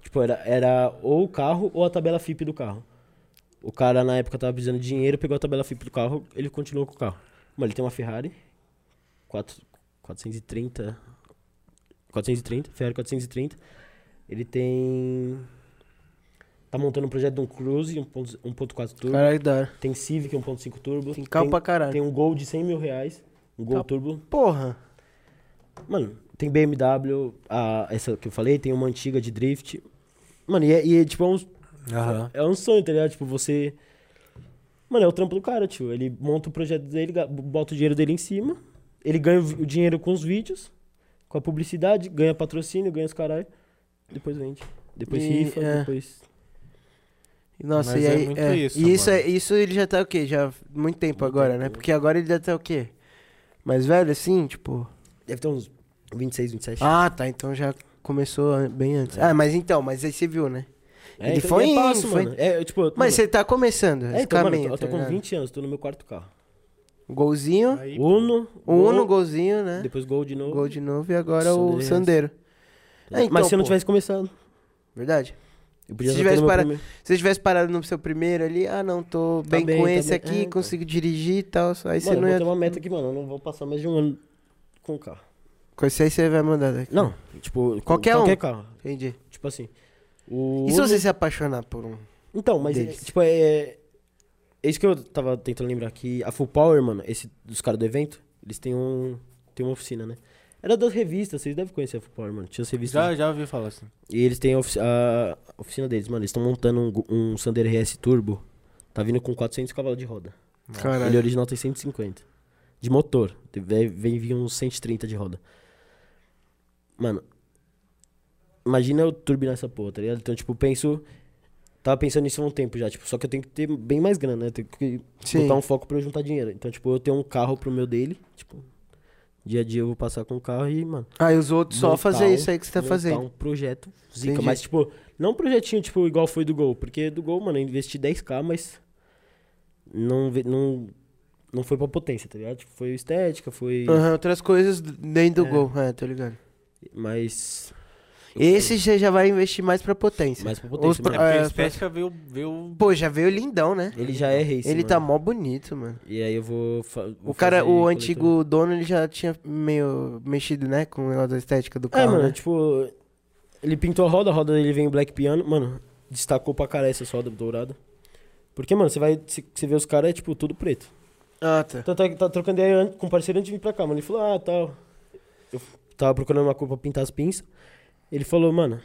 S1: Tipo, era, era ou o carro ou a tabela FIP do carro. O cara na época tava precisando de dinheiro, pegou a tabela FIP do carro, ele continuou com o carro. Mano, ele tem uma Ferrari, 4, 430. 430, Ferrari 430. Ele tem. Tá montando um projeto de um Cruze 1.0 1.4 turbo.
S2: Caralho, da hora.
S1: Tem Civic 1.5 turbo.
S2: Tem carro
S1: tem,
S2: pra caralho.
S1: tem um Gol de 100 mil reais. Um Gol
S2: Tá.
S1: turbo.
S2: Porra.
S1: Mano, tem BMW, a, essa que eu falei, tem uma antiga de drift. Mano, e é, e é, tipo, é um,
S3: Aham.
S1: é um sonho, tá ligado? Tipo, você... Mano, é o trampo do cara, tio. Ele monta o projeto dele, ga- bota o dinheiro dele em cima. Ele ganha o vi- o dinheiro com os vídeos, com a publicidade, ganha patrocínio, ganha os caralho. Depois vende. Depois
S2: E,
S1: rifa,
S2: é.
S1: depois...
S2: Nossa,
S3: Mas
S2: e
S3: é
S2: aí.
S3: muito
S2: é.
S3: isso,
S2: e isso,
S3: mano.
S2: é- isso ele já tá o quê? Já há muito tempo agora, né? Porque agora ele já tá o quê? Mais velho, assim, tipo.
S1: Deve ter uns 26, 27.
S2: Ah, tá. Então já começou an- bem antes. Ah, mas então, mas aí você viu, né? ele foi
S1: é
S2: indo,
S1: passo,
S2: foi-
S1: mano. É, tipo, eu-
S2: Mas
S1: mano,
S2: você tá começando
S1: é,
S2: esse
S1: então, mano,
S2: caminho.
S1: eu tô, eu tô
S2: tá
S1: com
S2: ligado?
S1: 20 anos, tô no meu quarto carro.
S2: Golzinho,
S3: Aí, pô,
S1: Uno,
S2: o
S1: Gol,
S2: Uno, golzinho, né?
S1: depois Gol de novo.
S2: Gol de novo e agora o
S1: Sandero.
S2: Sandeiro. É,
S1: Mas
S2: então,
S1: se eu não
S2: pô.
S1: tivesse começado,
S2: Verdade.
S1: eu podia
S2: Se
S1: ter
S2: tivesse
S1: feito meu
S2: para-
S1: primeiro.
S2: Se você tivesse parado no seu primeiro ali, ah, não, tô
S1: Tá
S2: bem,
S1: bem,
S2: com
S1: tá
S2: esse
S1: bem.
S2: aqui,
S1: É, então.
S2: consigo dirigir e tal. Aí você
S1: Mano,
S2: não
S1: eu
S2: ia.
S1: vou ter uma meta aqui, mano, eu não vou passar mais de um ano com o carro.
S2: Com esse aí você vai mandar daqui.
S1: Não, tipo, com
S2: Qualquer um.
S1: qualquer carro.
S2: Entendi.
S1: Tipo assim, o
S2: E se
S1: Uno-
S2: você se apaixonar por um?
S1: Então, mas, é,
S2: deles?
S1: tipo, é... É isso que eu tava tentando lembrar aqui. A Full Power, mano, esse dos caras do evento, eles têm um... Tem uma oficina, né? Era das revistas, vocês devem conhecer a Full Power, mano. Tinha as revistas
S3: Já, já ouvi falar assim.
S1: E eles têm a, ofici- a oficina deles, mano. Eles estão montando um, gu- um Sander RS Turbo. Tá vindo com 400 cavalos de roda. Ele é
S2: Caralho.
S1: original tem 150. De motor. Deve- Vem vir uns 130 de roda. Mano. Imagina eu turbinar essa porra, tá ligado? Então, tipo, penso. Tava pensando nisso há um tempo já, tipo, só que eu tenho que ter bem mais grana, né? Tenho que
S2: Sim.
S1: botar um foco pra eu juntar dinheiro. Então, tipo, eu tenho um carro pro meu dele, tipo, dia a dia eu vou passar com o carro e, mano,
S2: Aí Ah, os outros só
S1: Montar
S2: fazer
S1: um-
S2: isso aí que você tá
S1: montar
S2: fazendo.
S1: um projeto zica,
S2: Entendi.
S1: mas tipo, não um projetinho tipo igual foi do Gol, porque do Gol, mano, eu investi 10k, mas não ve- não não foi pra potência, tá ligado? Tipo, foi estética, foi
S2: Aham, outras coisas d- dentro do
S1: É.
S2: gol. É, tô ligado.
S1: mas
S2: Esse você já vai investir mais pra potência.
S1: mais pra potência.
S2: Os
S1: mano.
S2: pro-
S3: É,
S2: É,
S3: porque a estética veio, veio...
S2: Pô, já veio lindão, né?
S1: Ele já é race,
S2: Ele tá mó bonito, mano.
S1: E aí eu vou, fa- vou
S2: O cara,
S1: fazer
S2: o
S1: coletor.
S2: antigo dono, ele já tinha meio mexido, né? Com o negócio da estética do
S1: É,
S2: carro.
S1: mano,
S2: né?
S1: tipo, ele pintou a roda, a roda dele vem em black piano, mano, destacou pra caralho essa roda dourada. Porque, mano, você vai, você você vê os caras, é tipo, tudo preto.
S2: Ah, tá.
S1: Tanto é que tá trocando ideia an- com o parceiro antes de vir pra cá, mano. Ele falou, ah, tal. Eu f- tava procurando uma cor pra pintar as pinças. Ele falou, mano,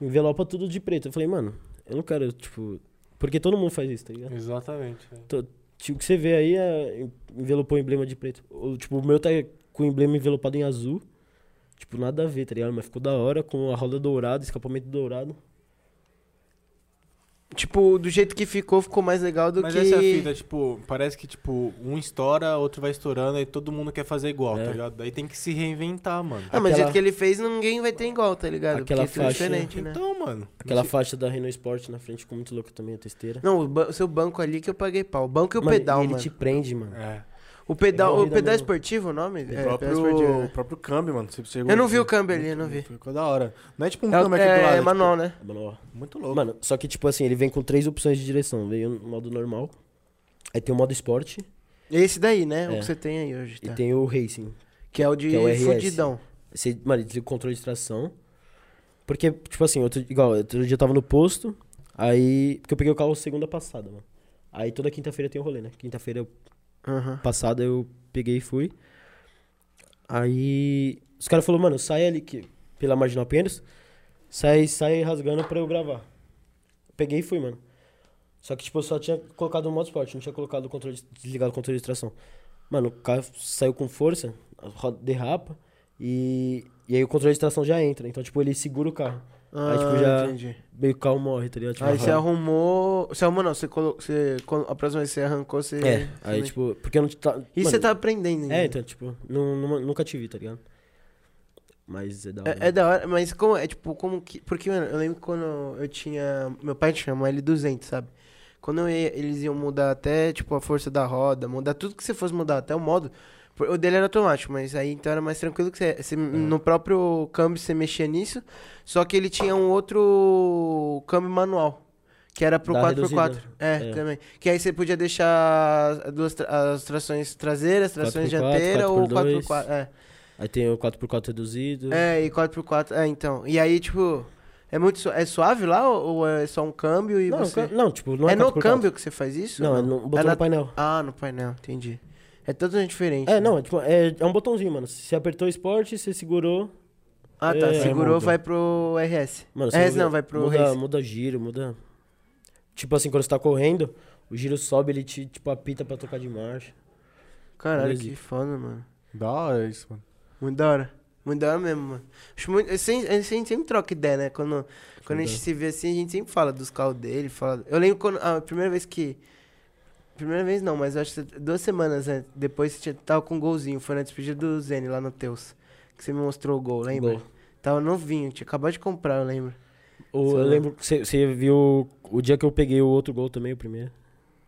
S1: envelopa tudo de preto. Eu falei, mano, eu não quero, tipo. Porque todo mundo faz isso, tá ligado?
S3: Exatamente. é. velho.
S1: Tipo, o que você vê aí é. en- Envelopou o emblema de preto. Ou, tipo, o meu tá com o emblema envelopado em azul. Tipo, nada a ver, tá ligado? Mas ficou da hora com a roda dourada, escapamento dourado.
S2: Tipo, do jeito que ficou, ficou mais legal do
S3: Mas
S2: que.
S3: essa é a fita, tipo, parece que, tipo, um estoura, outro vai estourando, aí todo mundo quer fazer igual,
S1: É.
S3: tá ligado? Daí tem que se reinventar, mano.
S2: Ah, mas do
S1: Aquela-
S2: jeito que ele fez, ninguém vai ter igual, tá ligado?
S1: Aquela
S2: Porque tudo é
S1: faixa-
S2: diferente, né?
S3: Então, mano.
S1: É Aquela
S3: não sei-
S1: faixa da Renault Sport na frente ficou muito louca também, a testeira.
S2: Não, o, ba- o seu banco ali que eu paguei pau. O banco e o
S1: Mano,
S2: pedal,
S1: ele
S2: mano.
S1: te prende, mano.
S3: É.
S2: O pedal, o
S1: corrida
S2: pedal
S1: mesmo.
S2: esportivo, o nome?
S6: O
S2: É,
S6: próprio,
S2: pedal esportivo,
S6: o
S2: né?
S6: próprio câmbio, mano. Você chegou assim,
S2: Eu não vi o câmbio ali, eu não vi.
S6: Ficou da hora. Não é tipo um
S2: É,
S6: câmbio aqui do lado.
S2: é,
S6: tipo,
S2: manual, né?
S1: Mano, ó.
S6: muito louco.
S1: Mano, só que tipo assim, ele vem com três opções de direção. Vem o modo normal, aí tem o modo esporte
S2: Esse daí, né? O
S1: É.
S2: que você tem aí hoje, tá?
S1: e tem o racing.
S2: Que é o de
S1: que é o RS.
S2: fudidão.
S1: Você, mano, ele desliga o controle de tração. Porque, tipo assim, outro, igual, outro dia eu tava no posto, aí. Porque eu peguei o carro segunda passada, mano. Aí toda quinta-feira tem o rolê, né? Quinta-feira eu-
S2: Aham.
S1: passada eu peguei e fui. Aí. Os caras falaram, mano, sai ali que, pela Marginal Pinheiros. Sai, sai rasgando pra eu gravar. Peguei e fui, mano. Só que, tipo, eu só tinha colocado o modo esporte, não tinha colocado o controle, de- desligado o controle de tração. Mano, o carro saiu com força, a roda derrapa, e, e aí o controle de tração já entra. Então, tipo, ele segura o carro.
S2: Ah,
S1: Aí, tipo, já-
S2: entendi.
S1: Meio que o carro morre, tá ligado? Tipo,
S2: Aí você
S1: roda.
S2: arrumou... Você arrumou não, você colocou... Você... colo- A próxima vez que você arrancou, você...
S1: É, aí,
S2: né? você-
S1: tipo, porque eu não. tá-
S2: E
S1: mano,
S2: você tá aprendendo ainda.
S1: É, então, tipo, nu- nu- nunca tive, tá ligado? Mas é da hora.
S2: É, é da hora, mas como é, tipo, como que... Porque, mano, eu lembro quando eu tinha... Meu pai tinha uma L200, sabe? Quando eu ia- eles iam mudar até, tipo, a força da roda, mudar tudo que você fosse mudar, até o modo... por- O dele era automático, mas aí então era mais tranquilo que você...
S1: É.
S2: você- No próprio câmbio você mexia nisso, só que ele tinha um outro câmbio manual. Que era pro
S1: Da
S2: 4x4. É,
S1: É.
S2: também. Que aí você podia deixar as, duas tra- as trações traseiras, trações
S1: 4x4,
S2: dianteiras ou
S1: 4x2.
S2: 4x4. É.
S1: Aí tem o 4x4 reduzido.
S2: É, e 4x4. É, então. E é, aí, tipo. É muito su- é suave lá ou ou é só um câmbio e
S1: Não,
S2: você...
S1: ca- não, tipo, não
S2: é
S1: é
S2: no
S1: 4x4.
S2: câmbio que você faz isso?
S1: Não, é no botão
S2: É na-
S1: do painel.
S2: Ah, no painel, entendi. É totalmente diferente.
S1: É,
S2: né?
S1: não, é, tipo, é, é um botãozinho, mano. Você apertou o esporte, você segurou.
S2: Ah, tá.
S1: É,
S2: segurou,
S1: muda.
S2: vai pro RS.
S1: Mano, você
S2: RS
S1: muda-
S2: É, não, vai pro
S1: muda,
S2: race.
S1: Muda giro, muda. Tipo assim, quando você tá correndo, o giro sobe, ele te tipo, apita pra trocar de marcha.
S2: Caralho,
S1: Beleza.
S2: que foda, mano.
S6: Da hora isso, mano.
S2: Muito da hora. Muito da hora mesmo, mano. Acho muito... A gente a gente sempre troca ideia, né? Quando, quando a gente se vê assim, a gente sempre fala dos carros dele. Fala... Eu lembro quando. A primeira vez que. Primeira vez não, mas acho que duas semanas antes, depois você tinha- tava com um golzinho. Foi na despedida do Zene lá no Teus. Que você me mostrou o gol, lembra?
S1: Gol.
S2: Tava novinho, tinha acabado de comprar, eu lembro.
S1: Ou
S2: Sei
S1: eu
S2: lá.
S1: lembro que você- você viu o dia que eu peguei o outro gol também, o primeiro.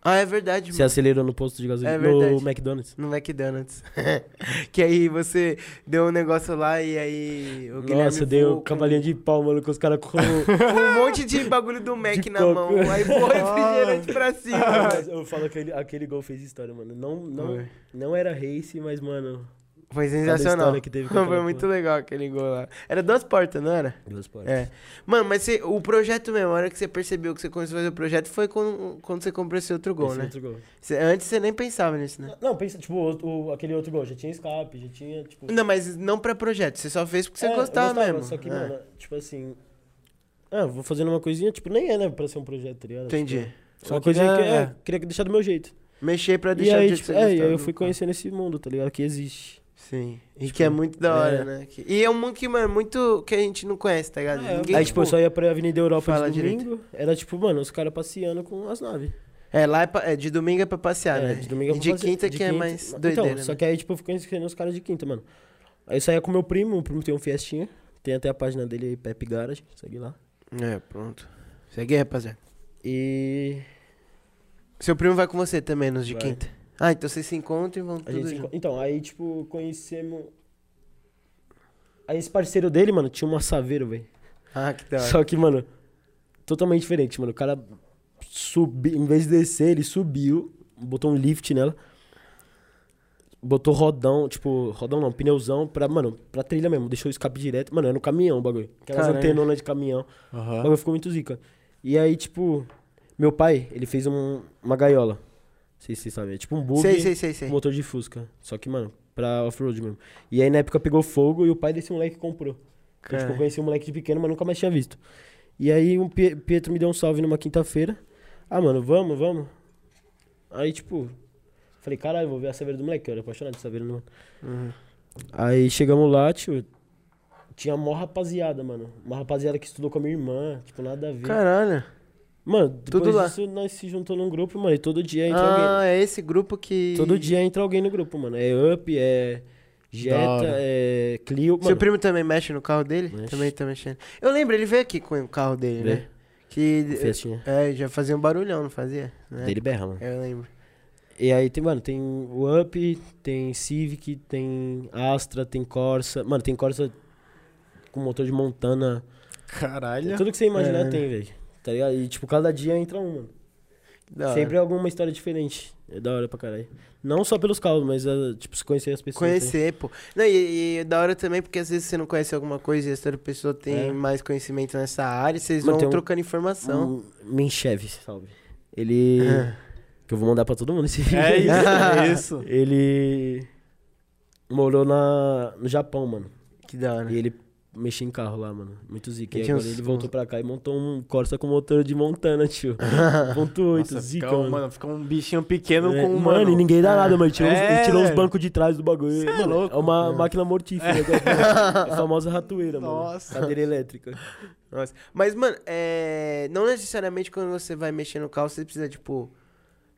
S2: Ah, é verdade,
S1: Você acelerou no posto de gasolina,
S2: É
S1: no
S2: verdade.
S1: McDonald's.
S2: No McDonald's. que aí você deu um negócio lá e aí o Guilherme
S1: Nossa, deu
S2: voou com
S1: cavalinho de pau, mano, com os caras com...
S2: um monte de bagulho do Mac
S1: De
S2: na
S1: coca. Ah.
S2: mão. Aí voou refrigerante pra cima.
S1: Mas eu falo que ele- aquele gol fez história, mano. Não, não,
S2: Foi.
S1: não era race, mas, mano...
S2: Foi
S1: Cada
S2: sensacional.
S1: história que teve com
S2: Foi
S1: aquela
S2: muito
S1: porra.
S2: legal aquele gol lá. Era duas portas, não era?
S1: Duas partes.
S2: É. Mano, mas você- o projeto mesmo, a hora que você percebeu que você começou a fazer o projeto foi quando, quando você comprou esse outro gol,
S1: Esse
S2: né?
S1: outro gol.
S2: Você- antes você nem pensava nisso, né?
S1: Não, pensa, tipo, o- o- aquele outro gol, já tinha escape, já tinha, tipo...
S2: Não, mas não pra projeto, você só fez porque você
S1: É, eu
S2: gostava, mesmo.
S1: Só que,
S2: É,
S1: mano, tipo assim. Ah, vou fazendo uma coisinha, tipo, nem é, né? Pra ser um projeto, tá ligado?
S2: Entendi.
S1: Tipo, só
S3: Só
S1: uma
S3: que
S1: coisinha
S3: já
S1: que é,
S3: é.
S1: queria deixar do meu jeito.
S2: Mexer pra
S1: E
S2: deixar
S1: aí,
S2: do jeito que
S1: tipo,
S2: você
S1: é, e
S2: gostava. né?
S1: aí eu fui conhecendo esse mundo, tá ligado? Que existe.
S2: Sim. E que é muito da hora,
S1: é.
S2: né? Que- E é um mundo que, mano, muito que a gente não conhece, tá ligado? Ninguém,
S1: aí, tipo, eu só ia pra Avenida Europa
S2: fala
S1: de domingo. Era, tipo, mano, os caras passeando com as naves.
S2: É, lá é, pa- é de domingo é pra passear,
S1: é,
S2: né?
S1: de domingo eu
S2: e
S1: vou
S2: de
S1: fazer-
S2: quinta
S1: de
S2: que é mais doideira,
S1: Então, só
S2: né?
S1: que aí, tipo, eu fui conhecendo os caras de quinta, mano. Aí eu saía com meu primo, o primo tem um festinha. Tem até a página dele aí, Pepe Garage, segue lá.
S2: É, pronto. Segue aí, rapaziada.
S1: E
S2: Seu primo vai com você também nos de
S1: Vai.
S2: quinta. Ah, então vocês se encontram e vão
S1: A
S2: tudo
S1: gente se
S2: junto.
S1: encon- Então, aí, tipo, conhecemos. Aí esse parceiro dele, mano, tinha uma Saveiro, velho.
S2: Ah, que da hora.
S1: Só que, mano, totalmente diferente, mano. O cara subiu, em vez de descer, ele subiu, botou um lift nela. Botou rodão, tipo, rodão não, pneuzão pra, mano, pra trilha mesmo. Deixou o escape direto. Mano, era no caminhão o bagulho. Aquelas
S2: Caralho.
S1: antenonas de caminhão. O
S6: Aham.
S1: bagulho ficou muito zica. E aí, tipo, meu pai, ele fez um- uma gaiola. Não sei se vocês sabem. É tipo um bug
S2: Sei, sei, sei, sei.
S1: motor de Fusca. Só que, mano, pra off-road mesmo. E aí na época pegou fogo e o pai desse moleque comprou. Então, tipo, eu
S2: Cara,
S1: conheci um moleque de pequeno, mas nunca mais tinha visto. E aí um Pie- Pietro me deu um salve numa quinta-feira. Ah, mano, vamos, vamos. Aí, tipo, falei, caralho, vou ver a Saveira do moleque. Eu era apaixonado de Saveira, né, mano.
S2: Uhum.
S1: Aí chegamos lá, tio. Tinha mó rapaziada, mano. Uma rapaziada que estudou com a minha irmã, tipo, nada a ver.
S2: Caralho.
S1: mano, depois
S2: tudo lá.
S1: disso nós se juntou num grupo, mano, e todo dia entra alguém.
S2: Ah, é esse grupo que...
S1: Todo dia entra alguém no grupo, mano. É Up, é
S6: Da
S1: Jetta,
S6: hora.
S1: é Clio.
S2: Seu
S1: Mano,
S2: primo também mexe no carro dele?
S1: Mexe.
S2: Também tá mexendo. Eu lembro, ele veio aqui com o carro dele,
S1: Veio.
S2: né? Que...
S1: festinha.
S2: É, já fazia um barulhão, não fazia? Né?
S1: Dele berra, mano.
S2: Eu lembro.
S1: E aí tem, mano, tem o Up, tem Civic, tem Astra, tem Corsa. Mano, tem Corsa com motor de Montana.
S6: Caralho.
S1: Tudo que você imaginar
S2: É.
S1: tem, velho. Tá ligado? E, tipo, cada dia entra um, mano.
S2: Da hora.
S1: Sempre é alguma história diferente. É da hora pra caralho. Não só pelos carros, mas, ah, tipo, se conhecer as pessoas. né?
S2: Conhecer, pô. Não, e, e da hora também, porque às vezes você não conhece alguma coisa e essa outra pessoa tem
S1: É.
S2: mais conhecimento nessa área, vocês
S1: Mano,
S2: vão
S1: tem um-
S2: trocando informação.
S1: Um Minchev, salve. Ele...
S2: É.
S1: Que eu vou mandar pra todo mundo esse vídeo.
S6: É isso, é isso.
S1: Ele morou na, no Japão, mano.
S2: Que da hora.
S1: E ele mexia em carro lá, mano. Muito zica.
S2: Ele
S1: E
S2: tinha
S1: agora
S2: uns-
S1: ele voltou pra cá e montou um Corsa com motor de Montana, tio. 1.8,
S6: Nossa,
S1: zica,
S6: fica um,
S1: mano.
S6: mano, fica um bichinho pequeno
S1: É,
S6: com um
S1: mano, e ninguém dá nada, mano. Ele Tirou,
S6: É,
S1: os, ele tirou os
S6: velho.
S1: bancos de trás do bagulho.
S6: Cê é
S1: Mano,
S6: louco.
S1: uma máquina mortífera. né? A famosa ratoeira, mano.
S6: Nossa.
S1: Cadeira elétrica.
S2: Nossa. Mas, mano, é, não necessariamente quando você vai mexer no carro, você precisa, tipo.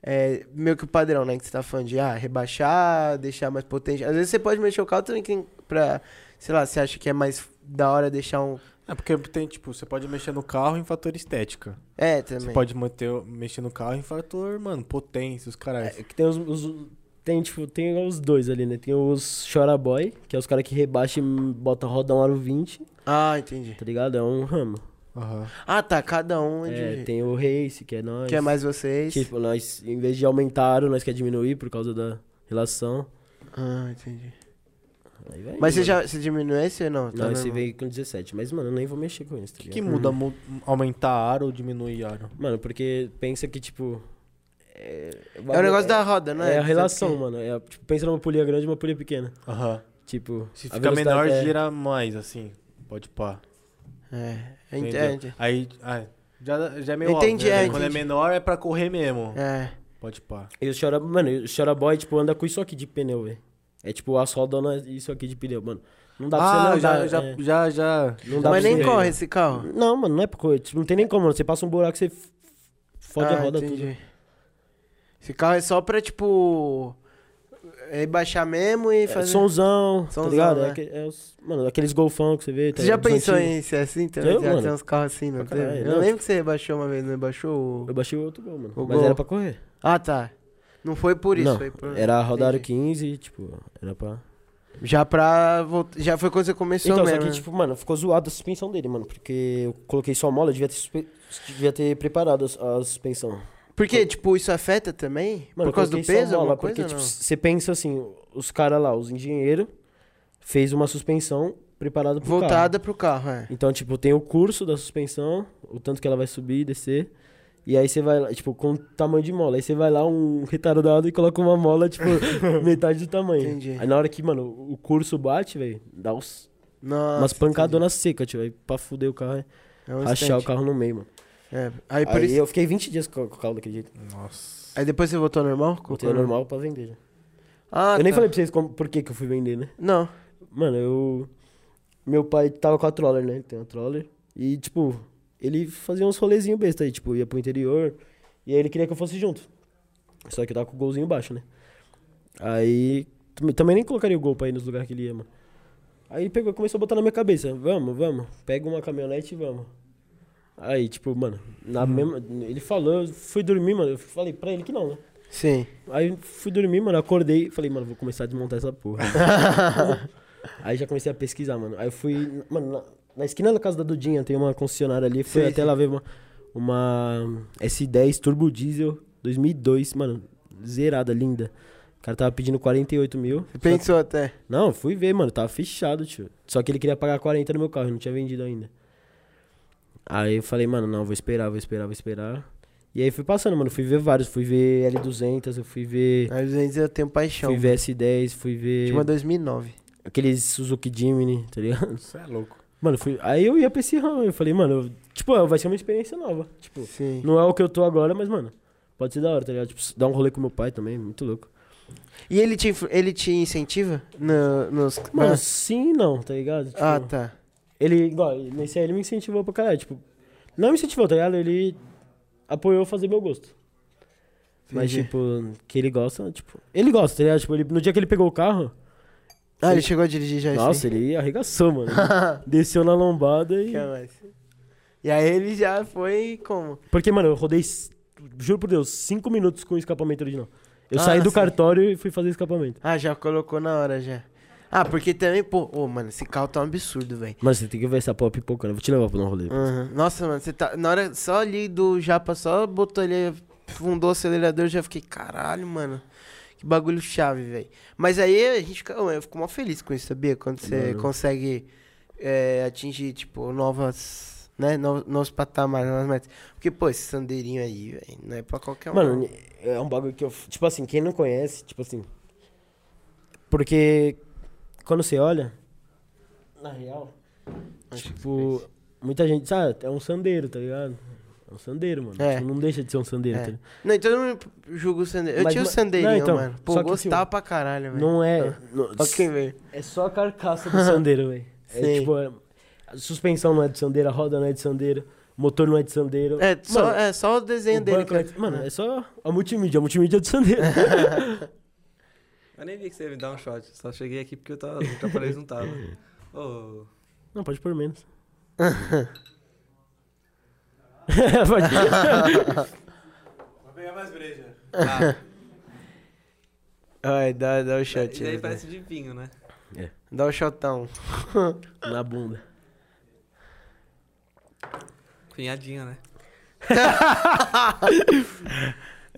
S2: é, meio que o padrão, né? Que você tá falando de ah, rebaixar, deixar mais potente. Às vezes você pode mexer o carro também que tem pra. Sei lá, você acha que é mais da hora deixar um.
S6: É porque tem, tipo, você pode mexer no carro em fator estética.
S2: É, também.
S6: Você pode manter, mexer no carro em fator, mano, potência, os caras.
S1: É que tem os, os- tem, tipo, tem os dois ali, né? Tem os Chora Boy, que é os caras que rebaixa e bota rodão aro 20,
S2: Ah, entendi.
S1: tá ligado? É um ramo.
S6: Aham.
S2: Ah, tá. Cada um é de um
S1: É,
S2: jeito.
S1: tem o Race, que é nós.
S2: Que é mais vocês.
S1: Tipo, nós, em vez de aumentar, aro, nós quer diminuir por causa da relação.
S2: Ah, entendi.
S1: Aí vai
S2: Mas você
S1: indo, mano.
S2: já você diminuiu esse ou não? Tá
S1: Não, esse
S2: normal.
S1: veio com 17. Mas, mano, eu nem vou mexer com isso. tá Uhum.
S6: O que, que muda? Mu- aumentar aro ou diminuir aro?
S1: Mano, porque pensa que, tipo. É,
S2: É o negócio da roda, não é?
S1: É a
S2: Tanto
S1: relação,
S2: que-
S1: mano. É, a- tipo, pensa numa polia grande e uma polia pequena.
S6: Aham.
S1: Tipo.
S6: Se
S1: a
S6: fica menor,
S1: velocidade é-
S6: gira mais, assim. Pode pá.
S2: É,
S6: Entendeu?
S2: entende.
S6: Aí, ah, já, já é meio óbvio,
S2: Entendi,
S6: né?
S2: é,
S6: Quando
S2: entendi.
S6: é menor é pra correr mesmo.
S2: É.
S6: Pode pá.
S1: E o Chora, mano, e o Chora Boy, tipo, anda com isso aqui de pneu, velho. É tipo, as rodas isso aqui de pneu, mano. Não dá pra
S6: ah,
S1: você
S6: já,
S1: andar.
S6: já,
S1: é.
S6: já, já.
S1: Não dá
S2: Mas
S1: pra
S2: nem
S1: você-
S2: corre esse carro.
S1: Não, mano, não é pra correr. Tipo, não tem nem como, mano. Você passa um buraco, você f- fode a
S2: Ah,
S1: roda
S2: entendi.
S1: tudo.
S2: Esse carro é só pra, tipo, é baixar mesmo e
S1: É,
S2: fazer...
S1: somzão, tá
S2: Somzão,
S1: ligado? É
S2: né?
S1: aque- é os- mano, aqueles golfão que você vê. tá
S2: Você já
S1: ligado? Dos
S2: pensou
S1: antigos.
S2: em ser assim também?
S1: Eu,
S2: já
S1: mano.
S2: tem uns carros assim, não
S1: Pra caralho,
S2: teve?
S1: não,
S2: Eu lembro
S1: tipo-
S2: que você baixou uma vez, não baixou? o-
S1: Eu baixei outro gol, mano.
S2: O
S1: mas
S2: gol.
S1: era pra correr.
S2: Ah, tá. Não foi por isso,
S1: não,
S2: foi por...
S1: era rodar
S2: Entendi.
S1: 15, tipo, era pra...
S2: Já pra... volt- Já foi quando você começou
S1: Então,
S2: mesmo,
S1: só que,
S2: né?
S1: tipo, mano, ficou zoado a suspensão dele, mano. Porque eu coloquei só mola, eu devia ter, suspe- devia ter preparado a, su- a suspensão.
S2: Porque, tipo, isso afeta também?
S1: Mano, eu
S2: por causa do
S1: coloquei só
S2: peso, alguma
S1: mola,
S2: coisa
S1: Porque,
S2: ou
S1: tipo,
S2: não?
S1: você pensa assim, os caras lá, os engenheiros, fez uma suspensão preparada pro carro.
S2: Voltada pro carro, é.
S1: Então, tipo, tem o curso da suspensão, o tanto que ela vai subir e descer. E aí você vai lá, tipo, com o tamanho de mola. Aí você vai lá, um retardado, e coloca uma mola, tipo, metade do tamanho.
S2: Entendi.
S1: Aí na hora que, mano, o curso bate, velho, dá uns,
S2: Nossa,
S1: umas pancadonas secas, tipo, aí pra fuder o carro, é
S2: entendi. É um
S1: rachar o
S2: instante.
S1: carro no meio, mano.
S2: É. Aí, por
S1: aí
S2: isso...
S1: eu fiquei 20 dias com, com o carro daquele jeito.
S6: Nossa.
S2: aí depois você voltou ao normal?
S1: Voltei ao normal pra vender já.
S2: Ah,
S1: eu nem
S2: tá.
S1: falei pra vocês como, por que que eu fui vender, né?
S2: Não.
S1: Mano, eu... Meu pai tava com a troller, né? Ele tem uma troller. E, tipo, ele fazia uns rolezinhos besta aí. Tipo, ia pro interior. E aí ele queria que eu fosse junto. Só que eu tava com o golzinho baixo, né? Aí... tam- Também nem colocaria o gol pra ir nos lugares que ele ia, mano. Aí ele pegou e começou a botar na minha cabeça. Vamos, vamos. Pega uma caminhonete e vamos. Aí, tipo, mano... Na mesma... Ele falou... Eu fui dormir, mano. Eu falei pra ele que não, né?
S2: Sim.
S1: Aí fui dormir, mano, acordei, falei, mano, vou começar a desmontar essa porra. aí já comecei a pesquisar, mano. Aí eu fui, mano, na, na esquina da casa da Dudinha tem uma concessionária ali, fui
S2: Sim,
S1: até
S2: sim.
S1: lá ver uma, uma S10 Turbo Diesel 2002, mano, zerada, linda. O cara tava pedindo 48 mil.
S2: Você pensou até.
S1: Não, fui ver, mano, tava fechado, tio. Só que ele queria pagar 40 no meu carro, eu não tinha vendido ainda. Aí eu falei, mano, não, vou esperar, vou esperar, vou esperar. E aí fui passando, mano, fui ver vários, fui ver L200, eu fui ver...
S2: A 200 eu tenho paixão. Tipo,
S1: Fui ver S10, fui ver
S2: Tinha uma 2009.
S1: aqueles Suzuki Jimny, tá ligado?
S6: Você é louco.
S1: Mano, fui... aí eu ia pra esse ramo, eu falei, mano, eu- tipo, vai ser uma experiência nova. Tipo,
S2: Sim.
S1: não é o que eu tô agora, mas, mano, pode ser da hora, tá ligado? Tipo, dar um rolê com meu pai também, muito louco.
S2: E ele te, influ- ele te incentiva? No, nos...
S1: Mano,
S2: Ah,
S1: sim e não, É. tá ligado? Tipo,
S2: Ah, tá.
S1: Ele, igual, nesse aí ele me incentivou pra caralho, tipo, não me incentivou, tá ligado? Ele apoiou eu fazer meu gosto. Mas,
S2: Entendi.
S1: tipo, que ele gosta, tipo, ele gosta, tá ligado? Tipo, ele- no dia que ele pegou o carro,
S2: Ah, ele chegou a dirigir já
S1: nossa,
S2: isso.
S1: ele arregaçou, mano. Desceu na lombada e...
S2: E aí ele já foi como?
S1: Porque, mano, eu rodei, s- juro por Deus, cinco minutos com o escapamento original. Eu
S2: Ah,
S1: saí do
S2: sim.
S1: cartório e fui fazer escapamento.
S2: Ah, já colocou na hora já. Ah, porque também, pô, ô, mano, esse carro tá um absurdo, velho.
S1: Mano, você tem que ver essa porra pipocando. Eu vou te levar pra dar um rolê.
S2: Aham. Nossa, mano, você tá. Na hora só ali do Japa, só botou ali, fundou o acelerador, já fiquei, caralho, mano. Que bagulho chave, velho. Mas aí a gente fica. Eu fico mó feliz com isso, sabia? Quando você
S1: Mano.
S2: consegue é, atingir, tipo, novas. Né? Novos, novos patamares, novas metas. Porque, pô, esse sandeirinho aí, velho, não é pra qualquer um. não.
S1: Mano, é um bagulho que eu. Tipo assim, quem não conhece, tipo assim. Porque quando você olha. Na real.
S2: Acho que
S1: tipo,
S2: fez.
S1: muita gente. Sabe, é um sandeiro, tá ligado? É um sandeiro, mano.
S2: É.
S1: Tipo, não deixa de ser um sandeiro,
S2: É.
S1: tá ligado?
S2: Não, então eu não julgo o sandeiro. Eu
S1: Mas,
S2: tinha o
S1: ma-
S2: sandeirinho,
S1: não, então,
S2: mano. Pô,
S1: só que,
S2: gostava
S1: tipo,
S2: pra caralho, velho.
S1: Não é.
S2: Ah.
S1: não-
S2: Só que, velho.
S1: É só a carcaça do sandeiro, velho.
S2: Sim.
S1: É tipo, é- a suspensão não é de sandeiro, a roda não é de sandeiro, o motor não é de sandeiro.
S2: É, só,
S1: Mano,
S2: é só o desenho
S1: o
S2: dele.
S1: banco
S2: que-
S1: é de- Mano, é só a multimídia, a multimídia é de sandeiro.
S4: Eu nem vi que você ia me dar um shot. Só cheguei aqui porque eu tava. O japonês não tava. Ô.
S1: não, pode pôr menos. Pode-
S4: Vou pegar mais breja.
S2: Ai, dá, dá o shot.
S4: e daí
S2: aí, velho.
S4: parece de vinho, né?
S2: Dá o shotão.
S1: Na bunda.
S4: Cunhadinho, né?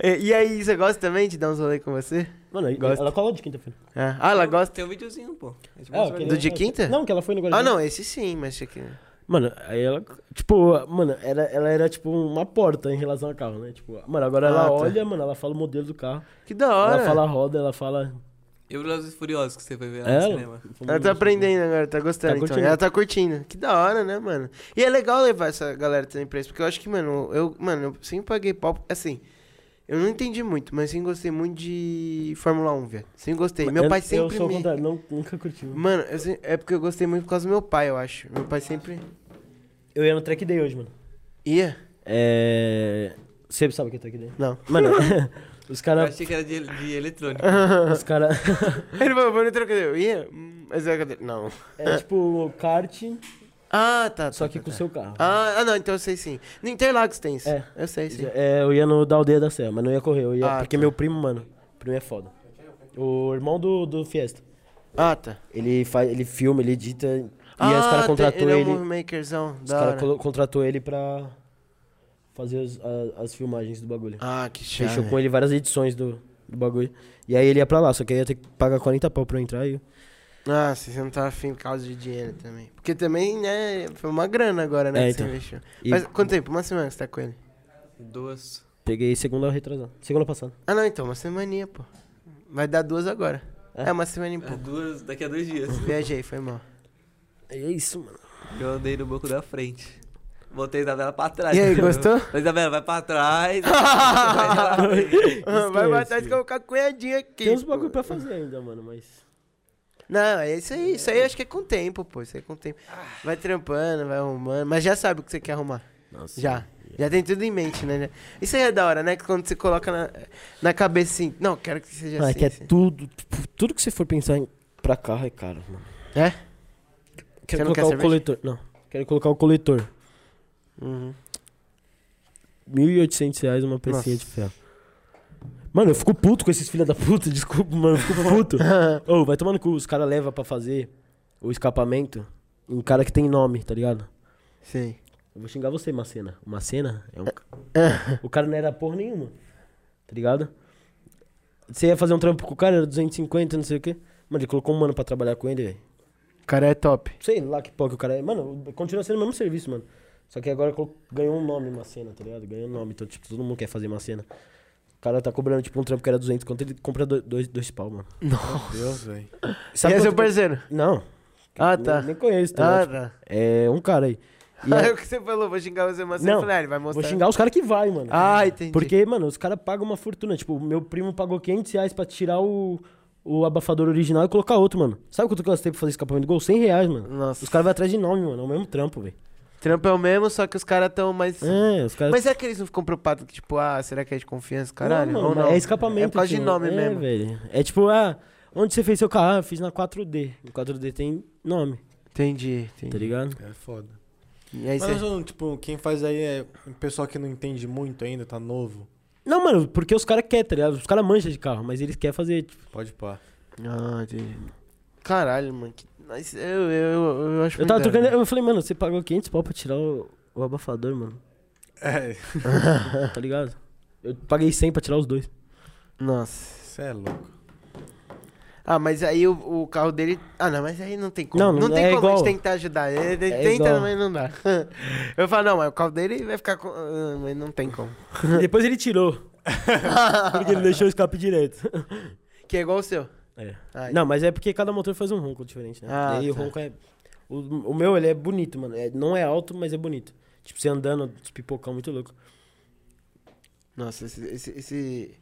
S2: E, e aí, você gosta também de dar uns rolê com você?
S1: Mano, aí-
S2: Gosto.
S1: ela colou de quinta-feira.
S2: É. Ah, ela gosta? Ah,
S4: Tem um videozinho, pô. A gente
S1: É,
S4: mostra
S1: aquele-
S2: Do
S4: ali.
S2: de quinta?
S1: Não, que ela foi no Guarujá.
S2: Ah, não, esse sim, mas esse aqui... é-
S1: Mano, aí ela. Tipo, mano, era, ela era tipo uma porta em relação ao carro, né? Tipo, mano, agora ela
S2: Ah, tá.
S1: olha, mano, ela fala o modelo do carro.
S2: Que da hora.
S1: Ela fala a roda, ela fala.
S4: E o Velozes e Furiosos que você foi ver lá
S1: É,
S4: no cinema.
S2: Ela tá aprendendo agora, tá gostando,
S1: Tá
S2: então.
S1: curtindo.
S2: Ela tá curtindo. Que da hora, né, mano? E é legal levar essa galera também pra isso, porque eu acho que, mano, eu, mano, eu sempre paguei pau. Assim, eu não entendi muito, mas sim gostei muito de Fórmula 1, velho. Sim gostei. Meu
S1: Eu-
S2: pai sempre.
S1: Eu sou o
S2: me-
S1: contrário, não, nunca curtiu.
S2: Mano, eu se- é porque eu gostei muito por causa do meu pai, eu acho. Meu pai sempre.
S1: Eu ia no track day hoje, mano.
S2: Ia?
S1: É. Você sabe o que é track day?
S2: Não.
S1: Mano, os
S4: Eu
S1: caras.
S4: achei que era de, de eletrônico.
S1: Os caras.
S2: Ele falou, vou no trocadilho. Ia? Hum, Mas é cadê? Não.
S1: É tipo kart,
S2: Ah, tá. tá,
S1: só que
S2: tá,
S1: com o
S2: tá.
S1: seu carro.
S2: Ah, ah, não, então eu sei sim. No Interlagos tem isso.
S1: É.
S2: Eu sei, sim.
S1: É, eu ia no da aldeia da Serra, mas não ia correr. Eu ia,
S2: Ah,
S1: porque
S2: tá.
S1: meu primo, mano, primo é foda. O irmão do, do Fiesta.
S2: Ah, tá.
S1: Ele, faz, ele filma, ele edita. E aí
S2: ah,
S1: os caras
S2: tem-
S1: contratou
S2: ele.
S1: ele.
S2: é um movemakerzão.
S1: os
S2: da hora.
S1: caras colo- contratou ele pra fazer os- a- as filmagens do bagulho.
S2: Ah, que chato.
S1: Fechou com ele várias edições do, do bagulho. E aí ele ia pra lá, só que aí ia ter que pagar 40 pau pra eu entrar. E eu-
S2: Ah, se você não tava afim por causa de dinheiro também. Porque também, né, foi uma grana agora, né,
S1: É,
S2: que
S1: então.
S2: você investiu.
S1: e
S2: Mas quanto tempo? Uma semana que você tá com ele?
S4: Duas.
S1: peguei segunda retrasada. Segunda passada.
S2: Ah, não, então, uma semaninha, pô. Vai dar duas agora. É,
S1: É?
S2: uma semana e
S4: é,
S2: pouco.
S4: duas daqui a dois dias.
S2: Viajei, foi mal.
S1: É isso, mano.
S4: Eu andei no banco da frente. Botei a Isabela pra trás.
S2: E aí, gostou?
S4: Falei, Isabela, vai pra trás.
S2: Ah, Vai matar de colocar cunhadinha aqui.
S1: Tem uns
S2: pô.
S1: bagulho pra fazer ainda, mano, mas.
S2: Não, é isso aí. Isso aí eu acho que é com o tempo, pô. Isso aí é com o tempo. Vai trampando, vai arrumando. Mas já sabe o que você quer arrumar.
S1: Nossa.
S2: Já. Já tem tudo em mente, né? Isso aí é da hora, né? Que Quando você coloca na, na cabeça assim. Não, quero que seja
S1: Ah, é
S2: assim.
S1: que é
S2: assim.
S1: tudo. tipo, Tudo que você for pensar em, pra carro é caro, mano.
S2: É?
S1: Quero
S2: não
S1: colocar
S2: quer
S1: o
S2: cerveja?
S1: coletor. Não. Quero colocar o coletor.
S2: Uhum.
S1: 1.800 reais uma pecinha de ferro. Mano, eu fico puto com esses filha da puta. Desculpa, mano. Eu fico puto. Ô, vai tomando cu. Os caras levam pra fazer o escapamento um cara que tem nome, tá ligado?
S2: Sim.
S1: Eu vou xingar você, Macena. O Macena é um... o cara não era porra nenhuma, tá ligado? Você ia fazer um trampo com o cara, era 250, não sei o quê. Mano, ele colocou um mano pra trabalhar com ele, velho.
S2: O cara é top.
S1: Sei lá que pó que o cara é. Mano, continua sendo o mesmo serviço, mano. Só que agora colo- ganhou um nome Macena, tá ligado? Ganhou um nome. Então, tipo, todo mundo quer fazer Macena. O cara tá cobrando, tipo, um trampo que era 200. Quanto ele compra do- dois, dois pau, mano?
S6: Meu Deus, velho.
S2: e é
S1: quanto
S2: seu
S1: que-
S2: parceiro?
S1: Não.
S2: Ah,
S1: Nem-
S2: tá.
S1: Nem, conheço, tá
S2: Ah,
S1: ligado?
S2: tá.
S1: É um cara aí. E
S2: Ah,
S1: aí,
S2: é o que você falou, vou xingar você, mas você
S1: Não,
S2: falou, ah, ele vai mostrar.
S1: vou xingar os caras que vai, mano.
S2: Ah, entendi.
S1: Porque, mano, os caras pagam uma fortuna. Tipo, o meu primo pagou 500 reais pra tirar o, o abafador original e colocar outro, mano. Sabe quanto que eu gastei pra fazer escapamento do gol? 100 reais, mano.
S2: Nossa,
S1: Os caras vão atrás de nome, mano. É o mesmo trampo, velho.
S2: trampo é o mesmo, só que os caras tão mais...
S1: É, os caras...
S2: Mas será que eles não ficam preocupados que, tipo, ah, será que é de confiança, caralho?
S1: Não, mano,
S2: Ou não?
S1: É escapamento.
S2: É por causa de
S1: tio.
S2: nome
S1: é,
S2: mesmo.
S1: velho. É tipo, ah, onde você fez seu carro? Ah, eu fiz na 4D. No 4D tem nome,
S2: Entendi,
S1: tá
S2: entendi.
S1: ligado?
S6: É foda.
S2: E aí
S6: Mas,
S2: você...
S6: não, tipo, quem faz aí é um pessoal que não entende muito ainda, tá novo.
S1: Não, mano, porque os caras querem, tá ligado? Os caras manjam de carro, mas eles querem fazer. Tipo,
S6: Pode pá.
S2: Ah, entendi. Caralho, mano. Que... Mas eu, eu, eu, eu acho
S1: eu tava
S2: muito da
S1: trocando.
S2: hora.
S1: Eu falei, mano, você pagou 500 pau pra tirar o, o abafador, mano.
S6: É,
S1: tá ligado? Eu paguei 100 pra tirar os dois.
S2: Nossa.
S6: cê é louco.
S2: Ah, mas aí o, o carro dele. Ah, não, mas aí não tem como. Não,
S1: Não, não-
S2: tem
S1: é
S2: como a gente
S1: igual.
S2: tentar ajudar. Ele, ele
S1: É
S2: tenta,
S1: igual.
S2: mas não dá. Eu falo, não, mas o carro dele vai ficar com. ah, Mas não tem como.
S1: E depois ele tirou. porque ele deixou o escape direto.
S2: Que é igual o seu.
S1: É.
S2: Ah,
S1: Não, mas é porque cada motor faz um ronco diferente, né?
S2: Ah,
S1: e aí o
S2: tá.
S1: ronco é. O, o meu, ele é bonito, mano. É- não é alto, mas é bonito. Tipo, você andando, os pipocão muito louco.
S2: Nossa, esse, esse, esse-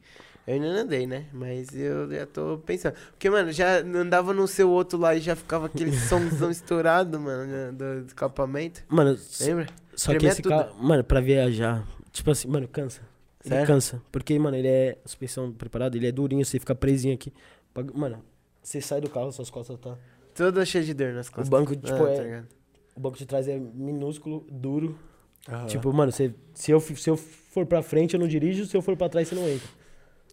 S2: Eu ainda não andei, né? Mas eu já tô pensando. Porque, mano, já andava no seu outro lá e já ficava aquele somzão estourado, mano, né, do, do escapamento.
S1: Mano, s-
S2: Lembra?
S1: só que
S2: tremia
S1: esse
S2: tudo.
S1: carro. Mano, pra viajar. Tipo assim, mano, cansa. Ele
S2: Sério?
S1: cansa. Porque, mano, ele é. A suspensão preparada, ele é durinho, você fica presinho aqui. Pag- Mano, você sai do carro, suas costas tá.
S2: Toda cheia de dor nas costas. Ah, tá
S1: banco, tipo, é-
S2: ligado?
S1: O banco de trás é minúsculo, duro.
S2: Ah.
S1: Tipo, mano, você, se, eu, fi- se eu for pra frente, eu não dirijo, se eu for pra trás, você não entra.